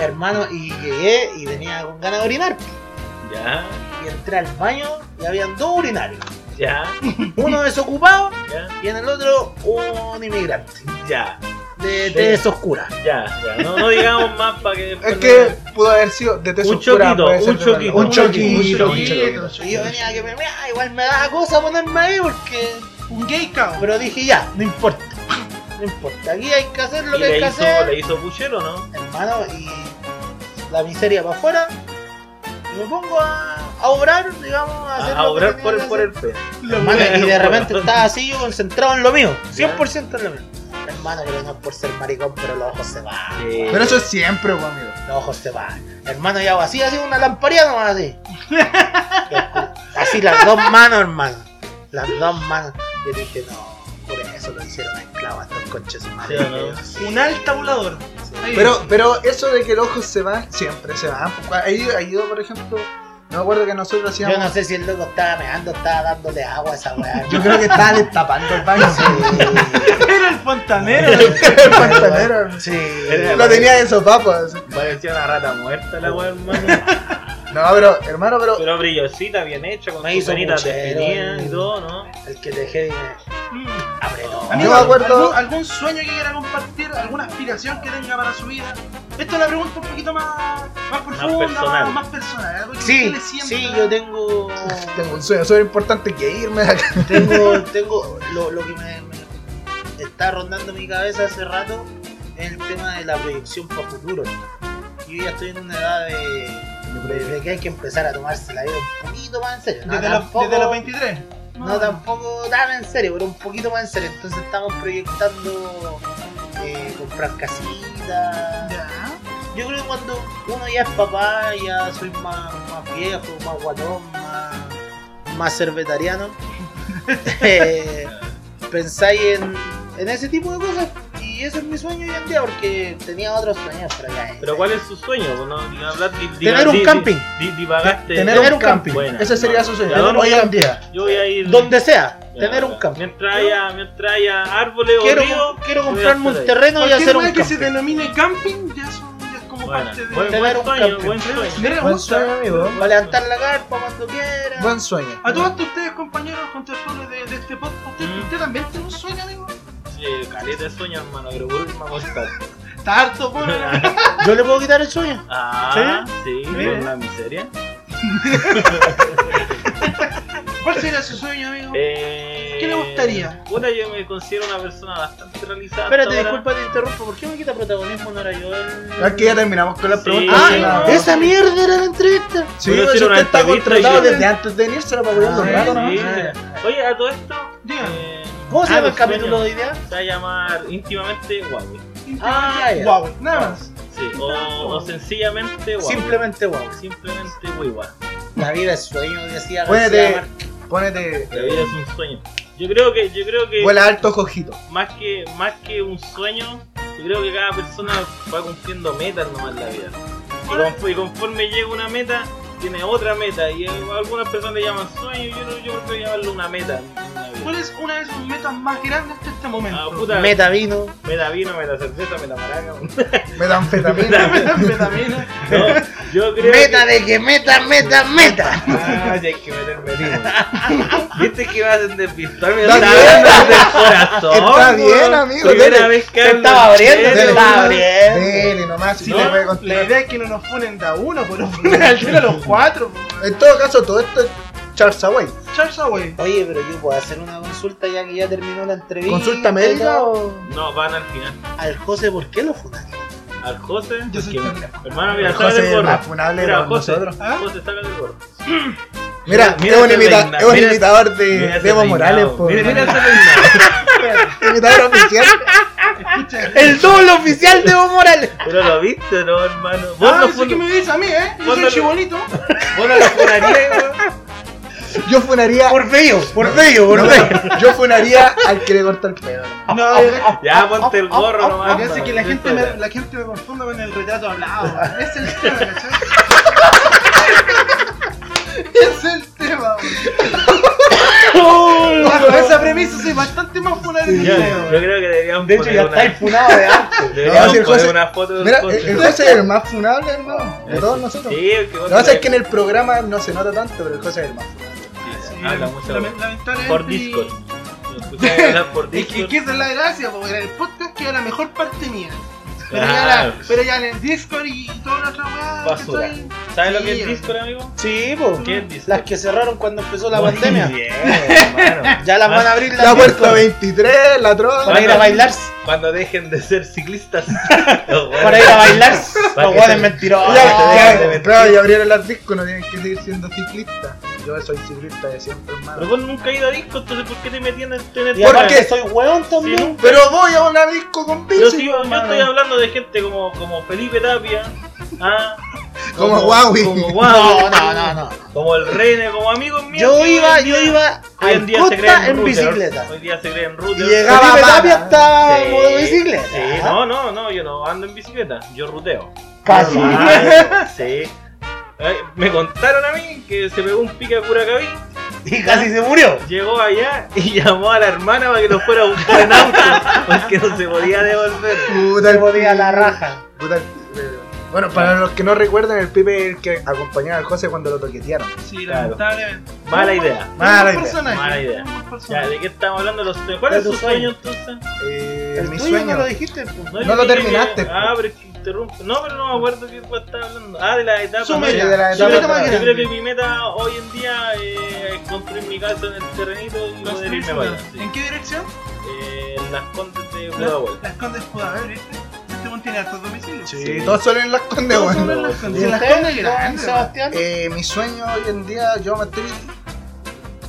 E: Hermano, y llegué y venía con ganas de orinar.
C: Ya,
E: Y entré al baño y habían dos urinarios.
C: ya,
E: Uno desocupado
C: ya,
E: y en el otro un inmigrante
C: ya,
E: de tez oscura.
C: ya, ya. No, no digamos más para que después
D: Es
C: no-
D: que pudo haber sido de
C: Un
D: oscura,
C: choquito,
D: puede ser
C: un
D: de verdad.
C: choquito,
D: Un
C: un
D: choquito.
C: choquito,
D: un choquito.
E: Y yo venía que me mea, igual me daba cosa ponerme ahí porque.
A: Un gay cao.
E: Pero dije ya, no importa. No importa, aquí hay que hacer lo
C: ¿Y
E: que hay
C: le
E: que
C: hizo,
E: hacer.
C: le hizo puchero, ¿no?
E: hermano, y la miseria para afuera. Y me pongo a, a obrar, digamos, a hacer
C: A, a
E: lo que
C: obrar
E: tenía
C: por
E: que
C: el, por el
E: hacer.
C: pene.
E: Hermano, y de repente estaba así yo concentrado en lo mío,
C: Ya.
E: 100% en lo mío. Hermano, pero no es por ser maricón, pero los ojos se van,
C: Sí.
D: Pero eso es siempre, pues, amigo.
E: los ojos se van. Hermano, ya hago así, así una lamparilla nomás así. así las dos manos, hermano. Las dos manos. Yo dije, no, por eso lo hicieron a esclavos, estos conches
C: Sí, ¿no?
E: madres.
A: Un alta volador. Ahí.
D: Pero, pero eso de que los ojos se van, siempre se van. Ha ido, ha ido, por ejemplo, no me acuerdo que nosotros
E: Yo no
D: hacíamos.
E: sé si el loco estaba meando, estaba dándole agua a esa weá.
D: Yo creo que estaba destapando el baño.
A: Era el fontanero.
D: el pantanero.
E: Sí.
D: Lo tenía de sopapos.
C: Parecía una rata muerta la weá, hermano.
D: No, pero, hermano, pero.
C: Pero brillosita, bien hecha, con
E: Me
C: sus
E: hizo
C: venitas
E: puchero,
C: definidas y
E: el-
C: todo, ¿no?
E: El que te dejé dime, apretó.
D: Yo me acuerdo-
A: ¿algún, algún sueño que quiera compartir? ¿Alguna aspiración que tenga para su vida? Esto es la pregunta un poquito más, más profunda, más
C: personal.
A: más, personal. Algo que
E: Sí,
A: usted le sienta-
E: sí, yo tengo.
D: Tengo un sueño súper importante que irme de acá.
E: Tengo. tengo lo, lo que me, me está rondando mi cabeza hace rato es el tema de la proyección para futuro. Yo ya estoy en una edad de. de- de que hay que empezar a tomarse la vida un poquito más en serio. No,
A: desde, los-
E: tampoco-
A: desde los 23.
E: No tampoco tan en serio, pero un poquito más en serio. Entonces estamos proyectando eh, comprar casitas.
A: Ya.
E: Yo creo que cuando uno ya es papá, ya soy más, más viejo, más guatón, más, más cervetariano, eh, pensáis en, en ese tipo de cosas. Y ese es mi sueño hoy en día, porque tenía otros sueños, pero ya. eh,
C: Pero ¿cuál es su sueño? Bueno, ni hablar, di- di-
E: Tener un
C: di- di-
E: camping.
C: di- divagaste.
D: Tener
E: Tener
D: un
E: un camping.
C: Buena.
D: Ese sería su
C: Ya,
D: sueño. Hoy
C: bueno,
D: en día.
C: Yo voy a ir.
E: Donde sea,
C: Ya,
E: tener
C: ya.
E: un campo.
C: Mientras haya, mientras haya árboles
E: Quiero,
C: o ríos.
E: quiero
C: voy a
E: comprarme
C: estar
E: un
C: ahí.
E: terreno y
A: Cualquier
E: hacer
A: weá
E: un
A: que se
E: camping.
A: denomine camping ya, son, ya es como
C: Bueno,
A: parte de.
C: buen,
E: Tener
C: buen
E: un
C: sueño,
E: camping.
C: buen sueño.
A: Mira,
D: Buen
A: gusta.
D: sueño, amigo.
E: Va a levantar la carpa cuando quiera.
D: Buen sueño.
A: A todos ustedes, compañeros, contertulios de, de este podcast, ¿usted,
C: Mm.
A: usted también tiene un sueño, amigo?
C: Sí, caleta de sueño, hermano, pero por último vamos a estar.
A: Está harto,
E: pues.
A: po.
E: Yo le puedo quitar el sueño.
C: Ah, sí,
A: Sí.
C: por la miseria.
A: ¿Cuál sería su sueño, amigo?
C: Eh,
A: ¿Qué le gustaría?
C: Puta, yo me considero una persona bastante realizada. hasta
E: Espérate,
C: ahora.
E: disculpa, te interrumpo. ¿Por qué me quita protagonismo? No era yo el.
D: Aquí ya terminamos con las
C: Sí.
D: preguntas.
E: ¡Ah!
C: no.
D: Sí, la-
E: ¡Esa mierda era la entrevista!
D: Sí,
C: Pero
D: pero
C: si
D: si
C: era una
D: usted está
C: entrevista,
D: contratado
C: yo-
D: desde antes de venirse para poder
E: Ah,
D: los ratos, ¿no?
C: Sí,
E: Ah.
C: Oye, a todo esto.
A: Diga.
C: eh,
E: ¿Cómo se
C: ah,
E: llama el
C: los
E: capítulo
C: sueños.
E: de idea?
C: Se va a llamar íntimamente Huawei.
E: Ah, ya.
A: Guau, nada más.
C: Sí, o, o sencillamente Huawei.
E: Simplemente wow.
C: Simplemente Huawei.
E: La vida es sueño, decía
D: Puede-
E: García Márquez.
D: Pónete.
C: La vida es un sueño. Yo creo que, yo creo que
D: Vuela alto, cojito.
C: más que más que un sueño, yo creo que cada persona va cumpliendo metas nomás en la vida. Y confo- y conforme, llega una meta, tiene otra meta. Y a algunas personas le llaman sueño, yo, no- yo prefiero llamarlo una meta. en la vida.
A: ¿Cuál es una de sus metas más grandes hasta este
C: Ah,
A: momento?
C: puta, meta.
E: Meta vino.
C: vino, meta cerveza, meta maraca.
D: Metanfetamina.
A: Metanfetamina.
C: No, yo creo
E: Meta
C: que...
E: de que meta, meta, meta.
C: Ah, ya hay que meterme tío. Viste que ibas a despistarme.
D: Está
C: Estaba
D: bien.
C: hablando del corazón.
D: Está
C: weón.
D: bien, amigo,
C: Primera
D: dele.
C: vez que
E: Se
C: hablo
E: estaba
C: en
E: abriendo, se
C: serio,
E: estaba
C: weón.
E: abriendo.
D: Dele nomás, si
A: Sí,
D: no
A: la-
D: puede
A: la
D: continuar.
A: idea es que no nos funen de a uno, pues nos funen al tiro a los cuatro. po.
D: En todo caso, todo esto es Charles Away.
A: Charles Away.
E: Oye, pero yo puedo hacer una consulta ya que ya terminó la entrevista.
D: ¿Consulta médica o.?
C: No, van al final.
E: Al José, ¿por qué lo funaste?
C: Al José.
A: Yo soy
C: porque-
A: Camila.
C: hermano, mira,
D: José
C: saca del
D: es
C: gorro.
D: más funable de
C: Mira,
D: todos
C: José,
D: nosotros.
A: ¿Ah?
C: José, saca del gorro.
D: Mira,
C: Mira
D: es un,
C: ese
D: imita-
C: peinado,
D: es un
C: mira-
D: imitador de
C: Mira ese
D: Demo
C: peinado,
D: Morales, po.
C: Mira, mira ese peinado.
D: Imitador oficial.
E: ¡El doble oficial de Evo Morales!
C: Pero lo viste, ¿no, hermano? Vos
A: Ah,
C: no
A: eso
C: fun-
A: que me dice a mí, ¿eh? Yo soy
C: Póndale.
A: chibolito.
C: vos no lo funarías, weón.
D: Yo funaría.
E: Por bello, por bello, por
D: no,
E: bello.
D: yo funaría al que le corta el pedo.
A: No, yo-
D: Ah,
C: Ya, ponte el gorro nomás.
A: lo que hace es que la
C: hermano.
A: gente, me, la gente me confunde con el retrato hablado. man. Es el tema, ¿cachai? es el tema, man. Bajo esa premisa soy bastante más funable que
C: Ya,
A: yo.
C: Yo creo que deberíamos
E: De hecho, ya
C: poner una-
E: está funado de antes.
C: Deberíamos
D: No, si el
C: poner
D: José-
C: una foto del
D: Mira, eh,
C: José.
D: el, el José es el más funable, hermano, de todos nosotros.
C: Sí, el que
D: Lo
C: vos
D: que pasa es
C: tenés-
D: que en el programa no se nota tanto, pero el José es el más funable.
C: Sí,
A: Sí,
C: Habla
A: lame-
C: mucho.
A: lame- lamentablemente.
C: Por Discord. Me escuchas hablar por
A: Es que,
C: Discord.
A: es que esa es la gracia, porque en el podcast queda la mejor parte mía. Pero, ya,
C: Claro.
A: la- pero ya en el Discord y toda la otra weá.
C: Basura.
A: ¿cachai?
C: ¿Sabes lo
A: Sí,
C: que es
A: hermano.
C: Discord, amigo?
E: Sí, po.
C: ¿Qué es Discord?
E: Las que cerraron cuando empezó la
C: Muy
E: pandemia.
C: bien, hermano.
E: Ya las van a abrir
D: La
E: las
D: puerta
E: discos
D: 23, la
E: para
D: trona.
E: ir a bailar.
C: Cuando dejen de ser ciclistas.
E: Para ir a bailar.
C: Para
E: Los
C: que
E: guanes
C: se-
E: mentirosos.
C: para que te dejen de
D: Ya,
C: mentir.
D: Claro, ya abrieron las discos, no tienen que seguir siendo ciclistas. Yo soy ciclista de siempre,
C: Pero
D: hermano.
C: vos nunca has ido a disco, entonces ¿por qué te metían en tener
E: Y
D: ¿Por
E: aparte
D: qué?
E: soy hueón
C: Sí,
E: también.
C: ¿no?
D: Pero voy a una disco con bici.
C: Yo, sí, yo
D: hermano.
C: estoy hablando de gente como, como Felipe Tapia, ah,
D: Como Huawei.
C: como, Huawei,
E: No, no, no, no.
C: como el Rene, como amigos míos. que
E: Yo
C: hoy
E: iba,
C: en
E: yo
C: día-
E: iba
C: hoy en
E: al
C: día se creen
E: costa en
C: routers,
E: bicicleta.
C: Hoy día se creen
E: Y
C: rutas.
E: llegaba
D: Felipe
E: Tapia
D: Tapia.
E: estaba en modo bicicleta.
C: Sí, no, no, no, yo no ando en bicicleta, yo ruteo.
E: Casi.
C: Ah, sí. Ay, me contaron a mí que se pegó un pique a Curacaví,
E: Y casi se murió.
C: llegó allá y llamó a la hermana para que lo fuera a buscar en auto, porque no se podía devolver.
D: Puta
E: Se
D: el
E: podía la raja.
D: Puta el pibe. Bueno, para los que no recuerdan, el pibe es el que acompañaba al José cuando lo toquetearon.
A: Sí,
C: Claro.
A: lamentablemente.
C: Mala idea.
D: Mala
A: Un
D: idea.
A: personaje,
C: Mala idea.
A: un
C: Ya,
A: personaje.
C: ¿de qué estamos hablando? Los sueños? ¿Cuál es
E: De
C: tu
E: tu
C: sueño entonces?
D: Eh,
E: El
D: mi
E: tuyo
D: sueño.
E: no lo dijiste. po.
C: yo
D: No lo
C: dije que-
D: terminaste,
C: Ah,
D: po.
C: pero es que interrumpo. No, pero no me acuerdo qué weá estaba hablando. Ah, de la etapa.
A: Su
C: media.
A: meta,
D: de la
A: su
D: etapa
A: meta más
D: atrás.
C: Yo creo que
A: grande.
C: mi meta hoy en día eh, es construir mi casa en el terrenito y poder irme para allá. sí.
A: ¿En qué dirección?
C: Eh, en las condes de Pudahuel.
A: Las Condes Pudahuel, ¿viste? Este one tiene hartos domicilios.
D: Sí, todos son en las condes,
A: Todos
D: weón.
A: son en las Condes.
E: ¿Y
A: en las
E: usted,
A: Condes
E: don
A: grandes,
E: Sebastián?
D: Eh, mi sueño hoy en día, yo me estoy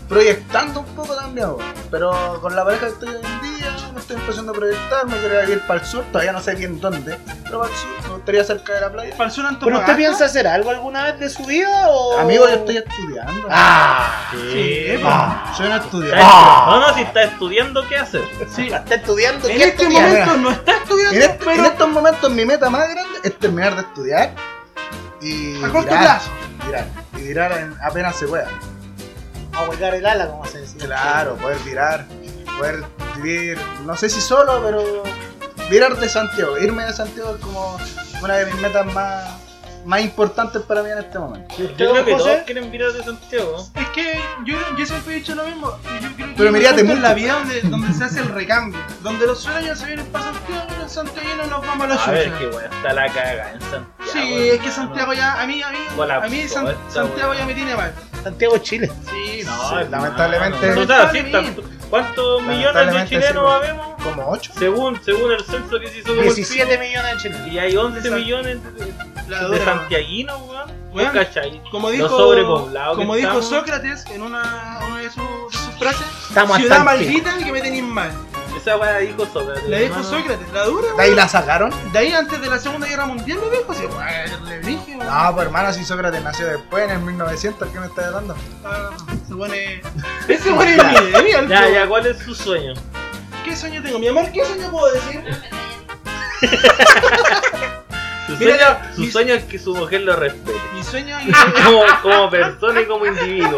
D: proyectando un poco también, weón. pero con la pareja que estoy hoy en día, me estoy empezando a proyectar, me quiero ir para el sur, todavía no sé bien dónde, pero para el sur, me gustaría cerca de la playa.
A: Para el sur
E: ¿Pero usted
A: Antofagasta.
E: piensa hacer algo alguna vez de su vida o...?
D: Amigo, yo estoy estudiando.
E: ¡Ah!
A: Sí,
D: pues,
C: Sí.
E: ah.
D: Soy un
C: Está
D: estudiante.
E: Ah.
C: estu- No, no, si está estudiando, ¿qué hacer?
A: Sí.
E: Está estudiando.
A: En
E: ¿qué
A: este
E: estudia?
A: momento no está estudiando,
D: En, este- en
A: ¿eh? pero
D: estos momentos mi meta más grande es terminar de estudiar y
A: a corto
D: virar,
A: plazo.
D: virar, y virar en- apenas se pueda.
E: A huelgar el ala, como se decía.
D: Claro, poder virar, poder vivir, no sé si solo, pero virar de Santiago, irme de Santiago es como una de mis metas más, más importantes para mí en este momento.
E: ¿Y usted,
C: Yo creo
E: don
C: que todos
E: José?
C: quieren virar de Santiago.
A: Es que yo, yo siempre he dicho lo mismo. y Yo creo que
D: Pero
A: hay un
D: mira, te
A: punto en
D: mucho.
A: la vida donde, donde se hace el recambio. Donde los sueños se vienen para Santiago y los santiaguinos nos vamos a los
C: A ver,
A: chuchas.
C: qué weá, está la caga en Santiago.
A: Sí, es que Santiago ya, a mí, a mí,
C: Hola,
A: a mí San-
C: puta,
A: Santiago
C: weón.
A: ya me tiene mal.
E: Santiago, Chile.
A: Sí,
C: No,
D: Sí,
C: hermano.
D: lamentablemente-
C: Total, sí, tanto- ¿Cuántos millones de
D: Lamentablemente,
C: chilenos
D: sí,
C: habemos?
D: Como 8.
C: Según, según el censo que se hizo como el
E: 17 millones de chilenos.
C: pico. Y hay 11
A: Esa-
C: millones de,
A: La
C: de
A: dura.
C: santiaguinos, weón.
A: Weón,
C: ¿Vos cachai?
A: Como
C: Los
A: dijo,
C: sobrepoblados que
A: como dijo
C: estamos.
A: Sócrates en una, una de, sus, de sus frases,
E: Estamos
A: ciudad
E: hasta el pico.
A: maldita que me tenéis mal.
C: Esa weá dijo Sócrates.
A: Le dijo
C: hermano.
A: Sócrates, la dura.
D: ¿De ahí la sacaron?
A: De ahí antes de la Segunda Guerra Mundial me dijo, sí, weón, le dije, weón.
D: No, pues hermano, si Sócrates nació después, en el 1900, ¿qué me estás hablando?
A: Ah, se pone. Ese pone millennial.
C: Ya,
A: po.
C: ya, ¿cuál es su sueño?
A: ¿Qué sueño tengo? Mi amor, ¿qué sueño puedo decir?
C: Su,
A: Mira,
C: sueño,
A: ya,
C: su
A: mis-
C: sueño es que su mujer lo respete.
A: Mi sueño es
C: Como, como persona y como individuo.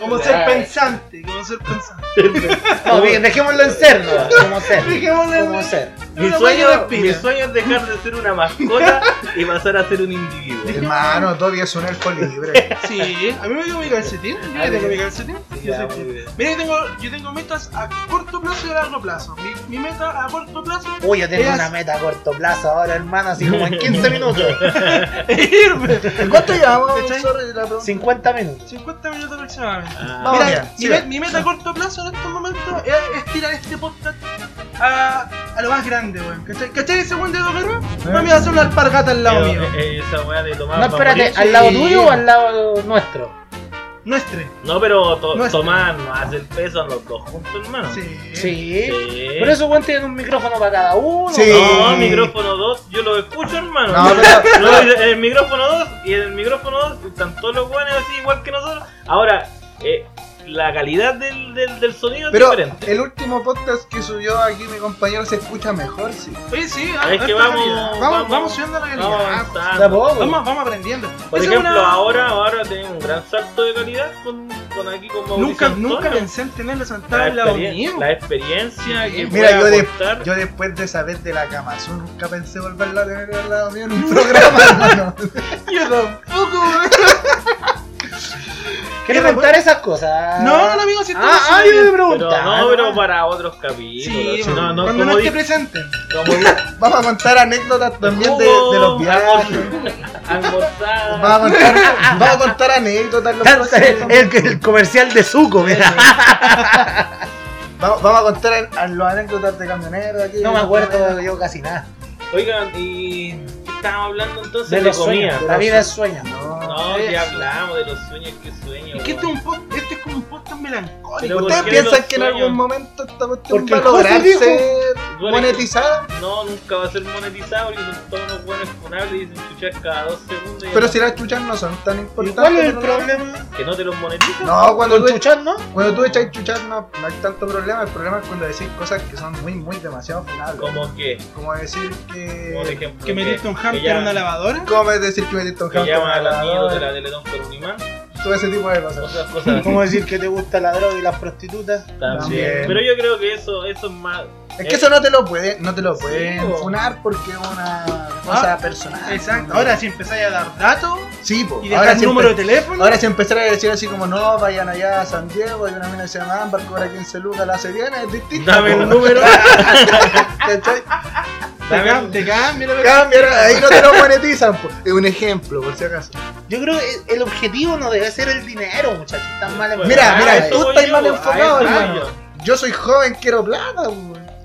A: como ser pensante, como ser pensante.
E: No, bien, dejémoslo en ser, ¿no? Como ser.
A: Dejémoslo en-
E: como ser.
C: Mi
A: Una
C: sueño,
A: guaya respira.
C: mi sueño es dejar de ser una mascota y pasar a ser un individuo.
D: Hermano, Toby es un elfo libre.
A: Sí, a mí me dio mi calcetín. Yo ya tengo mi calcetín. Yo
C: Ya,
A: soy-
C: muy bien.
A: Mira, yo tengo, yo tengo metas a corto plazo y a largo plazo. Mi, mi meta a corto plazo
E: Uy, yo tengo
A: Eras-
E: una meta a corto plazo ahora, hermano, así como en 15 minutos.
A: es irme.
D: ¿En cuánto llevamos?
A: ¿Cachai?
D: Sorry, la pregunta.
E: 50 minutos.
A: 50 minutos aproximadamente.
C: Ah,
D: Vamos
A: Mira,
D: bien,
A: mi,
D: siga.
A: met- mi meta a corto plazo en estos momentos es, es tirar este podcast a, a lo más grande, weón. ¿Cachai? ¿Cachai ese weón de Don Guerrero? Mami va a hacer una alpargata al lado
C: eh,
A: mío.
C: eh, esa weá de tomar
E: No,
C: pa' morir.
E: espérate, ¿al lado tuyo o al lado nuestro?
A: Nuestre.
C: No, pero to-
A: No es-
C: tomar no hace el peso a los dos juntos, hermano.
A: Sí.
E: Sí.
C: Sí.
E: Por eso, weón, tienen un micrófono para cada uno.
D: Sí.
C: No, micrófono 2, yo lo escucho, hermano.
D: Eh. No, pero-
C: No, el, el micrófono 2 y en el micrófono 2 están todos los guanes así igual que nosotros. Ahora, eh, la calidad del, del, del sonido
D: Pero
C: es diferente.
D: el último podcast que subió aquí mi compañero se escucha mejor, sí.
A: Oye, sí, a-
C: Es
A: alta
C: que vamos-
A: calidad. vamos,
C: vamos-
A: vamos subiendo la
C: No,
A: calidad.
C: está-
E: ¿De a poco?
A: Vamos, vamos aprendiendo.
C: Por
A: Esa es
C: ejemplo,
A: una-
C: ahora, ahora tenemos un gran salto de calidad con, con aquí con Mauricio
A: Nunca,
C: Antonio.
A: nunca pensé en tenerlo sentado
C: la,
A: al lado mío.
C: experiencia, la experiencia que
D: Mira,
C: puede
D: yo, de-
C: aportar.
D: yo después de saber de la cama, yo nunca pensé volverla a tener al lado mío en un programa, hermano.
A: Yo tampoco, weón.
E: ¿Quieres contar esas cosas?
A: No, no, amigo, si
E: Ah, ah, yo
A: subiendo.
E: te
C: Pero
E: preguntaba.
C: no, pero para otros capítulos.
A: Sí,
C: si no, no,
A: cuando
C: como
A: no esté
C: dije-
A: presente.
C: como
D: Vamos a contar anécdotas también de, de
C: Oh,
D: los viajes. Vamos a
C: Almorzada.
D: contar, vamos a contar anécdotas. en los
E: Tanto
D: próximos-
E: El, el- el comercial de Zuko, mira.
D: Vamos, vamos a contar an- a los anécdotas de camioneros aquí.
E: No me acuerdo yo casi nada.
C: Oigan, y ¿qué estábamos hablando entonces
E: De
C: de,
E: los
C: comida.
E: sueños. La vida es sueño.
D: No.
C: No,
A: Eso.
C: ya hablamos de los sueños que sueño.
A: Es que este es,
C: weón.
A: un post, este es como un podcast melancólico.
C: Pero
D: ¿Ustedes
C: ¿por qué
D: piensan
C: los
D: que en
C: sueños?
D: algún momento esta cuestión
E: Porque
D: va a
E: el José
D: lograr
E: dijo-
D: ser
C: Duele.
D: monetizada?
C: No, nunca va a ser monetizado porque son todos unos buenos funables y dicen chuchas cada dos segundos. y-
D: Pero si las chuchas no son tan
E: ¿Y
D: importantes.
E: cuál es el
D: ¿no?
E: problema?
C: Que no te los monetizan.
D: No, cuando
E: ¿Con
D: tú,
E: chuchar, no?
D: cuando tú echas chuchas no, no hay tanto problema. El problema es cuando decís cosas que son muy, muy demasiado funables.
C: Como que,
D: Como decir Eh, que.
C: por ejemplo,
A: Que metiste un hamster
C: que
A: en una lavadora.
D: ¿Cómo es decir que metiste un
C: Que
D: hamster en
C: llama
D: la
C: al amigo de
D: lavadora?
C: la Teletón por un imán.
D: Todo ese tipo de cosas.
C: Otras cosas así.
E: ¿Cómo decir que te gusta la droga y las prostitutas?
C: También.
D: También.
C: Pero yo creo que eso, eso es más.
D: Es que eso no te lo puede, no te lo pueden
A: po.
D: funar porque es una cosa personal.
A: Exacto.
D: ¿no?
A: Ahora si empezáis a dar datos
D: sí, po.
A: y
D: ahora
A: dejar el
D: sí
A: número de
D: empe-
A: teléfono.
D: Ahora se empezará a decir así como no, vayan allá a San Diego, hay una mina que se llama Ámbar, cobra 15 lucas, la hace bien, es distinto.
C: Dame
D: po.
C: el número.
D: ¿Cachai?
A: Te, cam- te cambia la verdad.
D: Cambian, ahí no te lo monetizan. po. Es un ejemplo, por si acaso.
E: Yo creo que el objetivo no debe ser el dinero, muchachos. Están mal
C: Bueno,
D: Mira,
C: a
D: mira,
C: eso
D: tú
C: voy
D: estás
C: yo,
D: mal
C: a eso
D: enfocado,
C: voy
D: hermano.
C: yo.
D: Yo soy joven, quiero plata, po.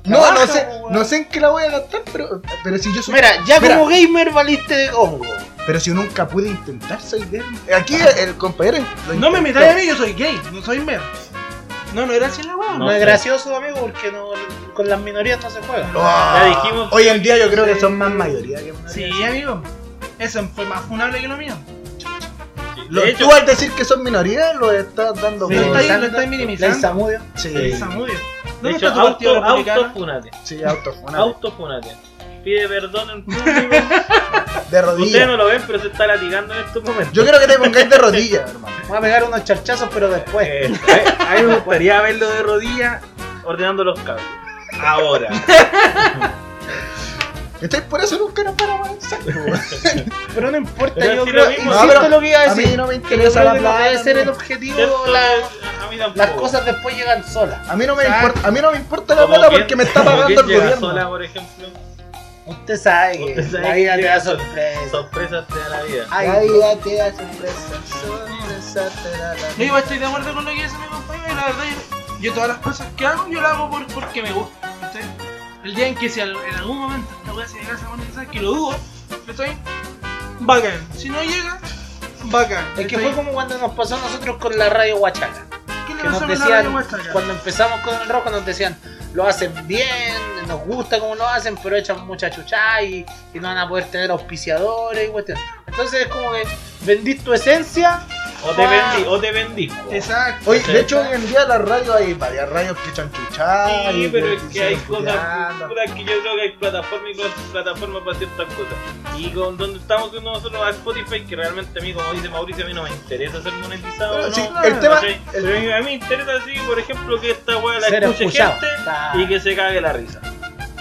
D: No,
E: Trabaja,
D: no sé,
E: po, weón.
D: no sé en qué la voy a gastar, pero, pero si yo soy
E: Mira, ya
D: Mira.
E: como gamer valiste de hongo.
D: Pero si nunca pude intentar soy gay. Aquí el compañero. lo
A: No me
D: intentó.
A: metáis a mí, yo soy gay, no soy mer. No, no era así la weá.
E: No,
C: No
E: es
C: sé.
E: gracioso, amigo, porque no, con las minorías no se juega.
D: Ah,
C: Ya dijimos.
D: Hoy en día yo creo que son más mayoría que minoría.
A: Sí, amigo. Eso fue más funable que lo mío.
D: Lo-
C: De hecho,
D: tú al decir que son minoría lo estás dando
A: Sí,
D: por-
A: lo estáis- lo estáis minimizando.
E: El Samudio.
D: Sí,
C: Sí.
A: Samudio.
C: de
A: ¿Dónde
C: hecho
A: está tu partido
C: auto,
A: republicano?
C: autofunate.
D: sí, autofonado.
C: Autofunate. Pide perdón en público.
D: De
C: Ustedes no
D: rodillas.
C: lo ven, pero se está latigando en estos momentos.
D: Yo creo que te pongáis de rodillas, hermano.
E: Voy a pegar unos charchazos, pero después.
C: Eh, a mí me gustaría verlo de rodillas ordenando los cables. Ahora.
D: Entonces por eso nunca nos van a avanzar.
E: Pero no importa,
C: Pero
E: yo
C: sí
E: creo,
C: lo mismo.
E: insisto
D: No, pero
E: lo que iba a
D: A
E: decir.
D: mí no me
E: que yo
D: interesa
E: creo
D: la
E: que no debe
D: plata.
E: ser el
D: no.
E: objetivo,
C: Esto
E: la-
C: a a mí tampoco.
E: las cosas después llegan solas.
D: A mí no me
A: Exacto.
D: importa, a mí no me importa la
C: Como
D: plata
C: quien-
D: porque me está
C: como
D: pagando
C: quien
D: el
C: llega
D: gobierno.
C: sola, por ejemplo.
E: Usted sabe que
C: Usted sabe
E: la
C: que
E: vida te
C: llega
E: da
C: sol-
E: sorpresas.
C: Sorpresas te da la vida.
E: Ay,
D: Ay,
E: no.
D: ya te hace sorpresa, sorpresa, te da la-
A: Yo igual estoy de acuerdo con lo que dice mi compañero y la verdad yo, yo todas las cosas que hago yo las hago por, porque me gusta. ¿cachai? El día en que si al- en algún momento esta weá se llega a monetizar, que lo dudo, ¿cachai? Bacán. Si no llega, bacán.
E: Es que
A: ¿cachai?
E: fue como cuando nos pasó a nosotros con la radio Huachaca.
A: ¿Qué le
E: que
A: pasó con
E: nos
A: la radio
E: decían,
A: Huachaca?
E: cuando empezamos con el rock, nos decían, lo hacen bien, nos gusta como lo hacen, pero echan mucha chucha y, y no van a poder tener auspiciadores y cuestión. Entonces es como que vendís tu esencia,
C: O
D: Ah.
C: te vendí, o te vendí.
A: Exacto.
D: Oye, de hecho hoy en día las radios hay varias radios que echan chuchadas.
C: Sí, pero es que hay
D: hicieron
C: cosas
D: culiadas.
C: puta, que yo creo que hay plataforma y plat- plataforma para ciertas cosas. Y con donde estamos viendo nosotros a Spotify, que realmente a mí, como dice Mauricio, a mí no me interesa ser monetizado.
D: Pero
C: no,
D: sí,
C: ¿cachai?
D: el tema,
C: Pero a mí- a mí me interesa así, por ejemplo, que esta weá la
E: Ser
C: escuche
E: escuchado.
C: gente
E: Ah.
C: y que se cague la risa.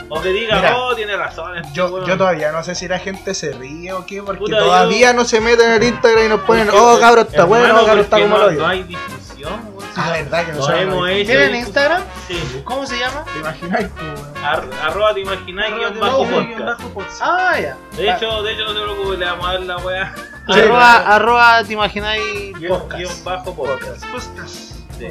C: O que diga,
D: Mira,
C: oh, tiene razón. este
D: Yo,
C: weón".
D: yo todavía no sé si la gente se ríe o qué, porque
C: Puta,
D: todavía
C: yo-
D: no se meten en el Instagram y nos ponen,
C: Porque,
D: oh cabrón está
C: hermano,
D: bueno, cabrón está
C: porque
D: como
C: no,
D: lo
C: no
D: digo.
C: hay discusión, weón.
D: Ah, verdad que no
C: Nos
D: se habla
C: hemos
D: de-
C: hecho.
E: ¿tienen
C: discusión.
E: Instagram?
C: Sí.
E: ¿Cómo se llama?
D: ¿Te imagináis tú, weón?
C: Ar- arroba te imagináis
A: Arroba
C: guión
A: de
C: bajo
A: bajo,
C: podcast.
A: guión bajo podcast.
E: Ah, ya.
C: De hecho, de hecho no te preocupes, le vamos a dar la weá.
E: arroba, arroba, te imagináis
C: Guión,
E: podcast.
C: guión bajo podcast.
A: Podcast.
C: sí.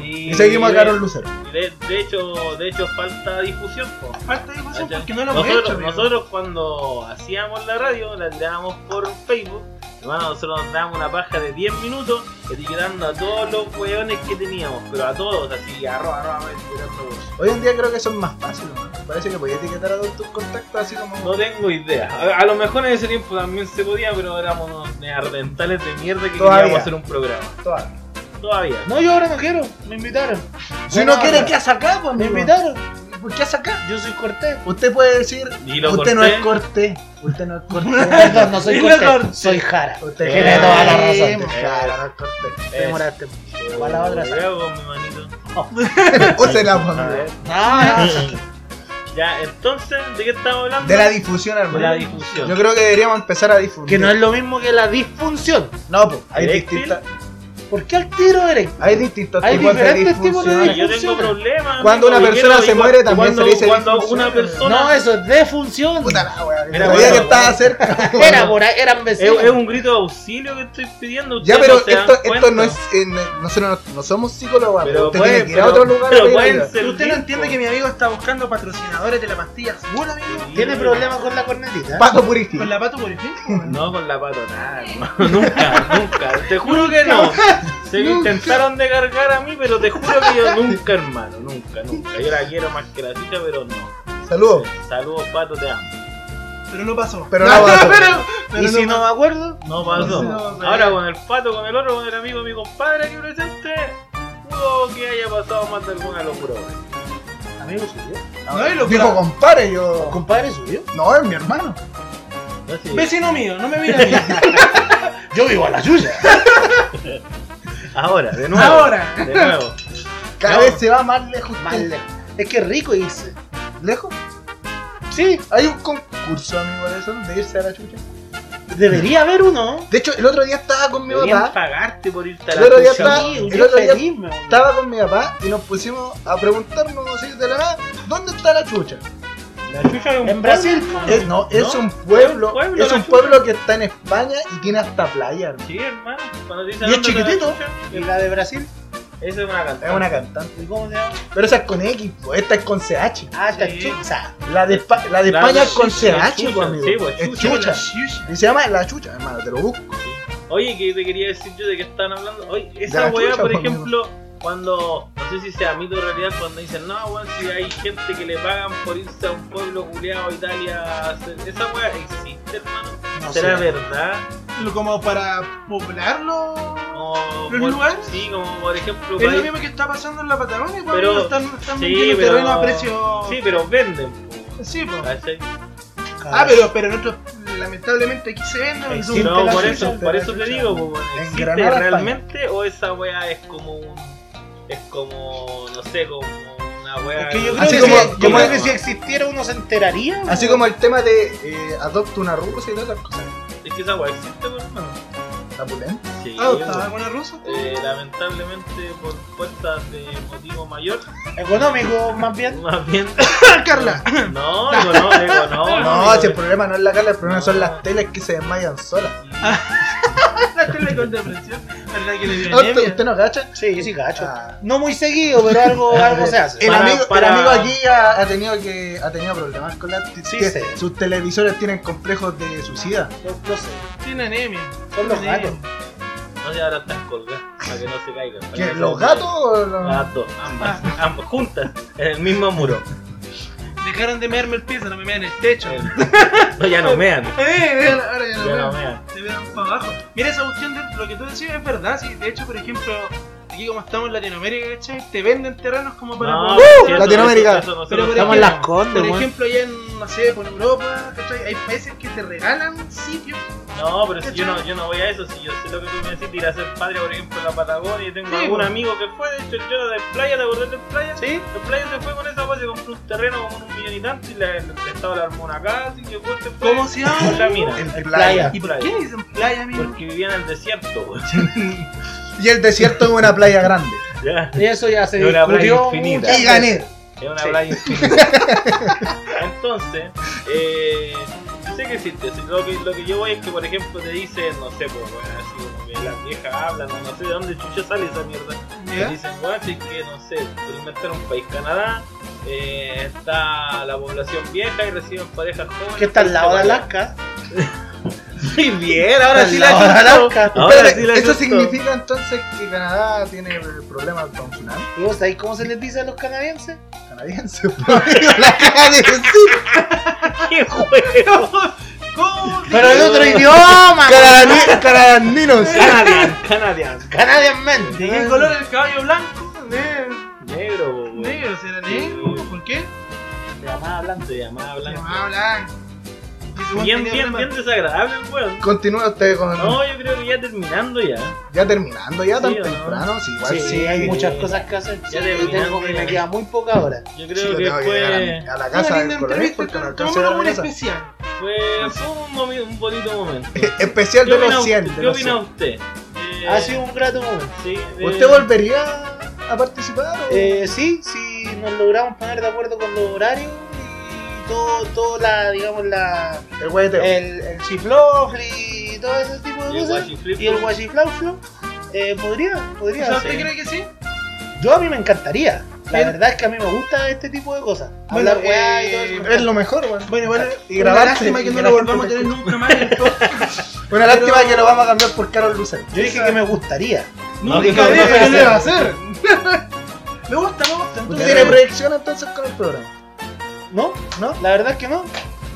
D: Y seguimos a
C: de-
D: Carol Lucero.
C: De, de hecho, de hecho falta difusión, po.
A: Falta de discusión
C: ¿Cachai?
A: porque no lo hemos
C: nosotros,
A: hecho. amigo.
C: nosotros cuando hacíamos la radio, la tirábamos por Facebook, hermano, nosotros nos dábamos una paja de 10 minutos etiquetando a todos los weones que teníamos, pero a todos, así, arroba, arroba, etiquetando weón.
D: Hoy en día creo que son más fáciles, weón. Parece que podías etiquetar a todos tus contactos así como.
C: No tengo idea. A, a lo mejor en ese tiempo también se podía, pero éramos unos neardentales de mierda que
D: Todavía.
C: queríamos hacer un programa.
D: Todavía.
C: Todavía.
E: No, yo ahora no quiero, me invitaron.
D: Si no
E: Bueno,
D: quiere,
E: ahora-
D: ¿qué hace acá, pues,
E: Me
D: amigo?
E: invitaron,
D: ¿Por qué hace acá?
E: yo soy Cortés.
D: Usted puede decir,
C: Y lo
D: usted no
C: corté.
D: es corte, usted no es corte.
E: Perdón, no soy
A: Dilo, Cortés.
E: Cortés, soy Jara.
D: Usted
C: Eh,
E: Tiene toda la razón.
C: eh,
D: pues, Claro, no es corte.
E: Te demoraste. Igual la otra,
C: Cuidado con mi manito.
D: Úsela, pues,
C: A
D: amigo.
C: ver.
E: No, no.
C: Ya, entonces, ¿de qué estamos hablando?
D: De la difusión,
C: De la
D: hermano.
C: difusión.
D: Yo creo que deberíamos empezar a difundir.
E: Que no es lo mismo que la disfunción.
D: No, pues, hay
C: ¿Eréctil?
D: distintas.
E: ¿Por qué al tiro erecto?
D: Hay distintos
E: Hay
D: tipos de
E: diferentes tipos de
D: disfunciones.
E: difusión.
C: yo tengo problemas. amigo,
D: Cuando una
C: ¿y qué
D: persona
C: no?
D: se
C: Y
D: muere, también
C: cuando-
D: se le dice
C: Cuando
D: disfunción.
C: una persona.
E: No, eso es defunción.
D: Puta la wea,
C: Mira,
D: sabía
C: bueno,
D: que estaba
C: bueno.
D: cerca.
E: Era por ahí, eran
C: Es,
E: vecinos.
C: es un grito de auxilio que estoy pidiendo.
D: Ya,
C: ustedes
D: pero
C: no se dan
D: esto, esto no
C: cuenta.
D: es. en- nosotros no, no somos psicólogos, pero,
C: Pero
D: usted
C: puede-
D: tiene que ir a
C: pero-
D: otro lugar.
C: pero
D: a pedir
C: pueden
D: ayuda.
C: ser-
A: Usted no entiende que mi amigo está buscando patrocinadores de la pastilla segura, amigo.
E: Tiene problemas con la cornetita.
D: Pato Puristi.
A: Con la pato por el fin.
C: No, con la pato, nada, hermano. Nunca, nunca. Te juro que no. Se me intentaron de cargar a mí, pero te juro que yo nunca, hermano. Nunca, nunca. Yo la quiero más que la chica, pero no.
D: Saludos.
C: Saludos, pato, te amo.
A: Pero no pasó.
D: Pero no pasó.
A: pero, pero
E: y
A: no
E: si no me acuerdo,
C: No pasó.
A: No, pero-
C: Ahora con el pato, con el otro, con el amigo de mi compadre aquí presente, pudo que haya pasado más de alguna locura. güey.
E: amigo subió.
A: No, y lo
D: Dijo, compadre, yo.
E: Compadre subió.
D: No, es mi hermano.
C: No sé.
A: Vecino mío, no me mira a mí.
E: Yo vivo a la suya.
C: Ahora, de nuevo.
A: Ahora.
C: De nuevo.
D: Cada
C: No.
D: vez se va más lejos.
E: Mal. Es que es rico y es-
D: ¿Lejos?
E: Sí,
D: Hay un concurso, amigo, de eso, de irse a la chucha.
E: debería haber uno.
D: De hecho, el otro día estaba con mi
C: Deberían
D: papá.
C: pagarte por irte a
D: Claro,
C: la
D: ya
C: chucha.
D: está.
E: Sí, un
D: el
E: día
D: otro día
E: feliz, me-
D: Estaba con mi papá y nos pusimos a preguntarnos así de la nada, ¿dónde está la chucha?
C: La chucha es un
E: En Brasil,
C: pueblo,
D: Es- no, es
C: ¿No?
D: un pueblo,
C: Es un pueblo,
D: es
C: la
D: un
C: chucha.
D: pueblo que está en España y tiene hasta playa, hermano.
C: Sí, hermano. Cuando te dicen
D: Y es
C: dónde está la
D: chiquitito.
E: y
C: chucha,
E: la de Brasil.
C: Esa es una
D: Es
C: cantante.
D: una cantante.
E: ¿Y cómo se llama?
D: Pero esa es con X, po, esta es con CH.
E: Ah, esta
C: Sí.
E: chucha.
D: La de, Espa- la de
C: La
D: España
C: de
D: es con
C: chucha,
D: CH, po,
C: chucha,
D: amigo.
C: sí, po,
D: es
C: chucha.
D: chucha. Y se llama La Chucha, hermano, te lo busco.
C: Oye, que te quería decir yo de que estaban hablando. Oye, esa
D: la
C: weá,
D: chucha,
C: por
A: pues,
D: po,
C: ejemplo, cuando. No sé si sea mito o realidad, cuando dicen, no, weón, si hay gente que le pagan por irse a un pueblo culeado, Italia. a hacer-". Esa weá existe, hermano.
E: No
C: ¿Será
E: sé.
C: verdad?
A: Lo- Como para poblarlo.
C: Como
A: ¿Los
C: por-
A: lugares?
C: Sí, como por ejemplo.
A: Es lo
C: país-
A: mismo que está pasando en la Patagonia, cuando
C: Pero-
A: están, están
C: sí,
A: vendiendo
C: pero-
A: terreno a precio.
C: Sí, pero venden.
A: Sí, po.
C: ¿cachai?
A: Ah, pero, pero nosotros, lamentablemente, aquí se venden. y son-
E: Existe
C: No,
E: la
C: por
E: chucha,
C: eso,
E: existe
C: por
E: la
C: eso te
E: chucha.
C: digo, po, weón,
D: En
C: ¿existe
D: Granada, España.
C: realmente o esa weá es como un. Es como, no sé, como una weá.
E: Es que yo creo,
D: Así
E: que,
D: como-
E: si- yo
D: como-
E: creo que si existiera uno se enteraría.
D: Así como el tema de eh, adopta una rusa y todas esas cosas.
C: Es que esa weá existe, por hermano.
D: La pulenta.
C: Sí,
A: Ah,
C: weón.
A: ¿está alguna rusa?
C: Eh, lamentablemente por cuentas de motivo mayor,
E: Económico, más bien.
C: más bien.
A: Carla.
E: Ah,
C: No, digo, no, digo, no.
D: No, si el
C: digo,
D: problema no es la cara, el problema
C: Ah, No.
D: son las telas que se desmayan solas.
E: Ah.
A: La tele con depresión. ¿Verdad que le dio
D: Ah, ¿Usted,
A: anemia?
D: usted no cacha?
E: Sí, sí, gacho.
D: Ah.
E: No muy seguido, pero algo, algo se hace.
D: El,
C: Para-
D: amigo, el
C: para-
D: amigo aquí ha, ha tenido que ha tenido problemas con la
E: Sí,
D: que
E: sí.
D: Sus televisores tienen complejos de suicida.
E: No, no sé.
A: Tiene anemia.
E: Son los
A: Sí.
E: gatos.
C: No se ahora están colgadas para que no se caigan. para
D: ¿Que
C: que
D: ¿Los
C: se-
D: gatos o los-
C: Las dos, ambas,
E: Ah.
C: ambas juntas, en el mismo muro.
A: Dejaron de mearme el piso, no me mean el techo. Eh,
C: No, ya no mean.
A: eh, ahora ya no
C: Ya no
A: mean.
C: mean.
A: Te vean para abajo. Mira, esa cuestión de lo que tú decías es verdad, sí. De hecho, por ejemplo, aquí como estamos en Latinoamérica, ¿cachai? Te venden terrenos como para...
C: No,
E: pues.
A: poder-
C: si eso-
D: Latinoamérica.
C: eso- eso este no se
A: Pero
C: lo-
A: por ejemplo,
E: Estamos en las condes,
A: Por
E: weón.
A: ejemplo, allá en, no sé, por Europa, ¿cachai? Hay países que te regalan sitios.
C: No, pero si yo no, yo no voy a eso, si yo sé lo que tú me decís, de ir a ser padre, por ejemplo, en la Patagonia, y tengo
A: Sí, pues.
C: algún
A: po.
C: amigo que fue, de hecho, el Jonah de playa, ¿te acordás de playa? Sí. De playa se fue con esa cosa, se compró un terreno con un millón y tanto, y le, le estaba la armó una casa, y yo pues se fue
A: ¿Cómo se llama?
C: con la mina.
D: el playa?
E: El playa.
A: ¿Y por
C: playa.
A: qué le dicen playa, amigo?
C: Porque vivía en el desierto, pues. güey.
D: Y el desierto es una playa grande.
C: Ya.
E: Y eso ya se
C: Es una playa
E: discutió
C: infinita.
E: muchas
D: Y gané.
C: Es una
E: Sí.
C: playa infinita. Entonces, eh, yo sé que existe. si Lo que, lo que yo voy es que, por ejemplo, te dicen, no sé, pues, bueno, así como que las viejas hablan, o no sé de dónde chucha sale esa mierda. Te
A: ¿Ya?
C: dicen, bueno, si es que, no sé, por inventar un país, Canadá, eh, está la población vieja y reciben parejas jóvenes.
E: Que está al lado de Alaska.
C: Muy bien, ahora
E: Está
C: sí
E: al
C: la
E: lado de
C: asustó.
E: Alaska.
C: Ahora
D: Espérate,
C: sí la
D: ¿Eso
C: asustó.
D: significa entonces que Canadá tiene eh, problemas con tsunami?
E: ¿Y vos sabés cómo se les dice a los canadienses?
D: Canadiense, po, amigo, la caga de decir.
C: ¡Qué juego!
A: ¿Cómo?
E: Pero en otro idioma.
D: Canadi- Canadinos.
C: Canadian, Canadian.
E: Canadian men.
A: ¿De qué color el caballo blanco? De...
C: Negro, po, weón.
A: ¿Negro? ¿Será negro? ¿Por qué?
C: Se llamaba blanco, se llamaba
A: Se
C: blanco.
A: llamaba blanco.
C: Bien, bien, bien desagradable, weón.
D: Continúa usted con.
C: No, yo creo que ya terminando ya.
D: Ya terminando, ya tan
C: Sí, ¿o no?
D: temprano. Sí, igual
E: Sí,
D: Ah, sí.
E: hay
C: sí.
E: muchas cosas que hacer.
C: Ya
E: yo tengo
C: terminaste.
E: que me queda muy poca hora.
C: Yo
D: Sí,
C: creo
D: yo
C: que
D: tengo que llegar a mi-
C: fue,
D: a, la casa
A: Una
D: del
A: linda
D: coronel
A: entrevista,
D: porque no alcancé a
A: tomémoslo
D: llegar a
A: como un
D: la casa.
A: especial.
C: fue, fue un, momi- un bonito momento.
D: Especial
C: ¿Qué
D: de
C: opina
D: los
C: usted?
D: 100. de
C: ¿Qué
D: los
C: opina
D: 100.
C: usted? Eh,
E: Ha sido un grato momento.
C: sí, eh,
D: ¿Usted volvería a participar? o-
E: Eh, sí, si nos logramos poner de acuerdo con los horarios y todo, todo la, digamos, la,
D: El guayeteo.
E: el, el chiflofli y todo ese tipo
C: Y
E: de
C: el
E: cosas.
C: guachiflip.
E: Y el guachiflauflo, eh, podría,
A: O
E: podría
A: sea,
E: ser.
A: ¿Usted cree que sí?
E: Yo a mí me encantaría. La
A: Pero-
E: verdad es que a mí me gusta este tipo de cosas.
A: Bueno,
E: Hablar weá y todo
A: eh,
E: eso.
D: Es lo mejor, bueno.
A: Bueno, igual
D: Y
A: una
D: grabarse,
A: lástima que
D: y
A: no
D: que
A: lo
D: la
A: volvamos a
D: gente
A: tener
D: te
A: nunca más en el podcast.
D: Bueno,
A: Pero-
D: lástima que lo vamos a cambiar por Carol Lucero.
E: Yo dije que me gustaría.
C: No,
A: Nunca
C: que-
A: dije que
D: no
A: lo
D: le
A: iba
D: va
A: a
D: a
A: hacer. Me gusta, me gusta.
D: ¿Usted
A: Entonces,
D: tiene proyección entonces con el programa?
E: ¿No?
D: ¿No?
E: La verdad es que no.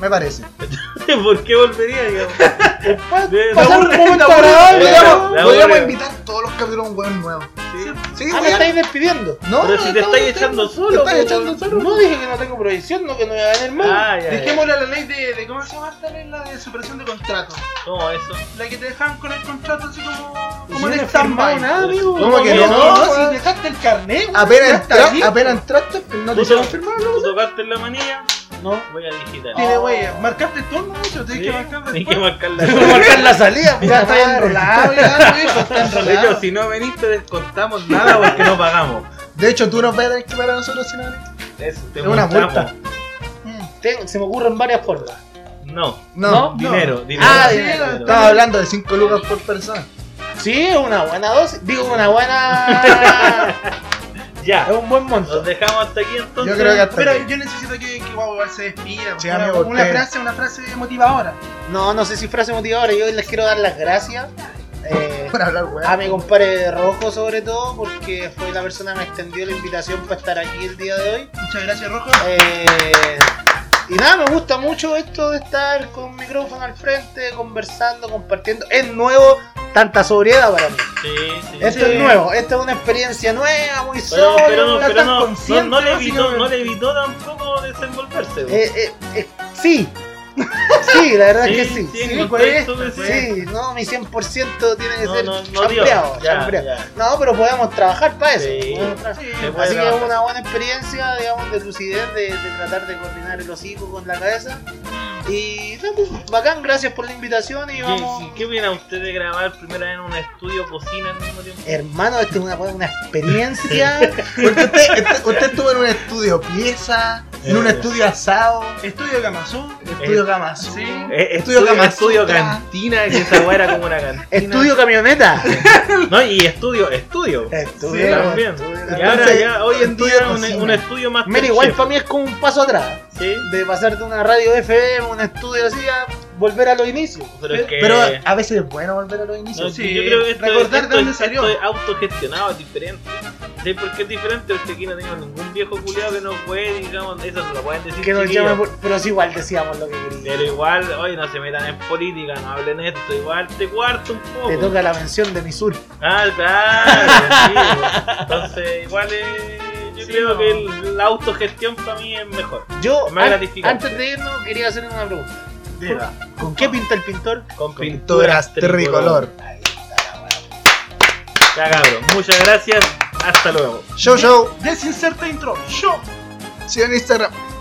D: me parece.
C: ¿Por qué volvería, digamos?
E: Después
C: De-
E: pasar un
A: aburre,
E: momento
A: aburre.
E: agradable.
C: Ya,
E: digamos.
C: ya,
D: Podríamos
C: bueno.
D: invitar todos los capítulos a un weón nuevo.
C: Sí.
D: Sí,
E: Ah, me
D: weón.
E: estáis despidiendo.
D: No,
C: Pero si te
D: estamos-
C: estáis echando solo,
D: Te estáis
C: po,
D: echando
C: weón.
D: solo.
E: No dije que no tengo proyección, no que no voy a ganar más.
C: Ah, ya, ya.
A: Dejémosle a la ley de, de- ¿Cómo se llama esta ley? La de superación de contrato.
C: ¿Cómo eso?
A: La que te dejaban con el contrato así como.
E: Pues
A: como
E: yo
A: en
E: no he firmado
A: stand-by.
E: nada, amigo.
D: ¿Cómo que
E: Yo
D: no?
E: si
D: weón.
E: dejaste el carnet. weón.
D: Apenas,
E: Ya está
D: entra-
E: listo.
D: apenas entraste, no te
C: Tú
D: hicieron
C: to-
D: firmar.
C: tú tocaste en la manilla,
E: No.
C: voy a digitar.
A: Tiene wey, marcaste todo, mucho, tienes
C: Sí,
A: que marcar
C: Tienes que
A: después.
C: marcar la
E: Voy a marcar la salida.
D: Ya
E: weón.
D: está enrolado,
E: ya, viejo, está
C: De hecho, si no venís, te descontamos nada porque no pagamos.
D: De hecho, tú nos vas a tener que pagar a nosotros sin nada.
C: Eso, te
D: Es una
C: multamos.
D: multa.
E: Ten- se me ocurren varias formas.
C: No,
D: No.
C: dinero, dinero.
E: Ah,
C: Sí,
E: dinero.
C: dinero.
D: Estaba hablando de 5 lucas por persona.
E: Sí, una buena dosis. Digo, una buena. es
C: Ya,
E: un buen
C: nos
E: monto.
C: dejamos hasta aquí entonces.
D: Yo creo que hasta
A: Pero
D: aquí.
A: yo necesito que, que Guau igual se despida.
D: Sí,
A: una,
D: amigo,
A: una
D: usted-
A: frase, una frase motivadora.
E: No, no sé si frase motivadora. Yo les quiero dar las gracias. eh,
D: Por hablar, weón.
E: a mi compadre Rojo, sobre todo, porque fue la persona que me extendió la invitación para estar aquí el día de hoy.
A: Muchas gracias, Rojo.
E: Eh, y nada, me gusta mucho esto de estar con micrófono al frente, conversando, compartiendo. Es nuevo, tanta sobriedad para mí.
C: Sí, sí.
E: Esto es nuevo, esta es una experiencia nueva, muy
C: Pero,
E: solo.
C: pero no,
E: una
C: pero
E: tan
C: no, no,
E: consciente,
C: no le evitó,
E: básicamente.
C: no le evitó tampoco desenvolverse.
E: Eh, eh, eh, sí, sí, la verdad es que sí.
C: Sí, en
E: Sí,
C: contexto,
E: pues,
C: sí.
E: sí, no, mi 100% tiene que
C: No,
E: ser
C: no, no dio.
E: ampliado.
C: Ya, ya.
E: No, pero podemos trabajar para eso.
C: Sí.
E: podemos trabajar.
A: Sí,
C: Se puede
E: Así que es
C: trabajar.
E: una buena experiencia, digamos, de lucidez, de, de tratar de coordinar el hocico con la cabeza. Y no, pues, bacán, gracias por la invitación y vamos.
C: ¿Qué, ¿Qué opina usted de grabar primera vez en un estudio cocina al mismo tiempo?
E: Hermano, esto es una, una experiencia.
D: Porque usted, usted- usted estuvo en un estudio pieza, en un
C: Eh.
D: estudio asado,
A: Estudio Gamazú.
D: estudio Gamazú.
A: Sí.
D: Estudio Kama
C: Eh, estudio
D: Sutra.
C: cantina, que esa weá era como una cantina.
E: Estudio camioneta.
C: No, y estudio, estudio.
E: Estudio.
C: también. Y
E: estudio.
C: ahora ya, hoy en día
D: estudio
C: un,
D: cocina.
C: un estudio más
E: Mira, igual para mí es como un paso atrás.
C: Sí,
E: De pasar de una radio FM, un estudio así, a volver a los inicios. Eh,
C: pero es que.
D: Pero a veces es bueno volver a los inicios.
C: No,
A: Sí,
C: yo creo que esto,
A: recordar
C: esto,
A: de dónde salió.
C: esto es autogestionado, es diferente. ¿Sabes por qué es diferente? Porque aquí no tengo ningún viejo culiado que nos puede, digamos, eso se lo pueden decir.
E: Que nos
C: chiquillos.
E: llaman por- pero sí, igual decíamos lo que queríamos.
C: Pero igual, oye, no se metan en política, no hablen esto, igual te cuarto un poco.
E: Te toca la mención de mi sur.
C: Ah, claro, sí, pues. Entonces, igual eh, yo creo que el- la autogestión para mí es mejor.
E: Yo,
C: Más
E: an-
C: gratificante.
E: antes de irnos, quería hacer una pregunta. ¿Con qué pinta el pintor?
C: Con
D: Pinturas tricolor.
C: Ya cabrón, muchas gracias, hasta luego.
D: Show, show.
A: Desinserta intro. Yo.
D: Sigan Instagram.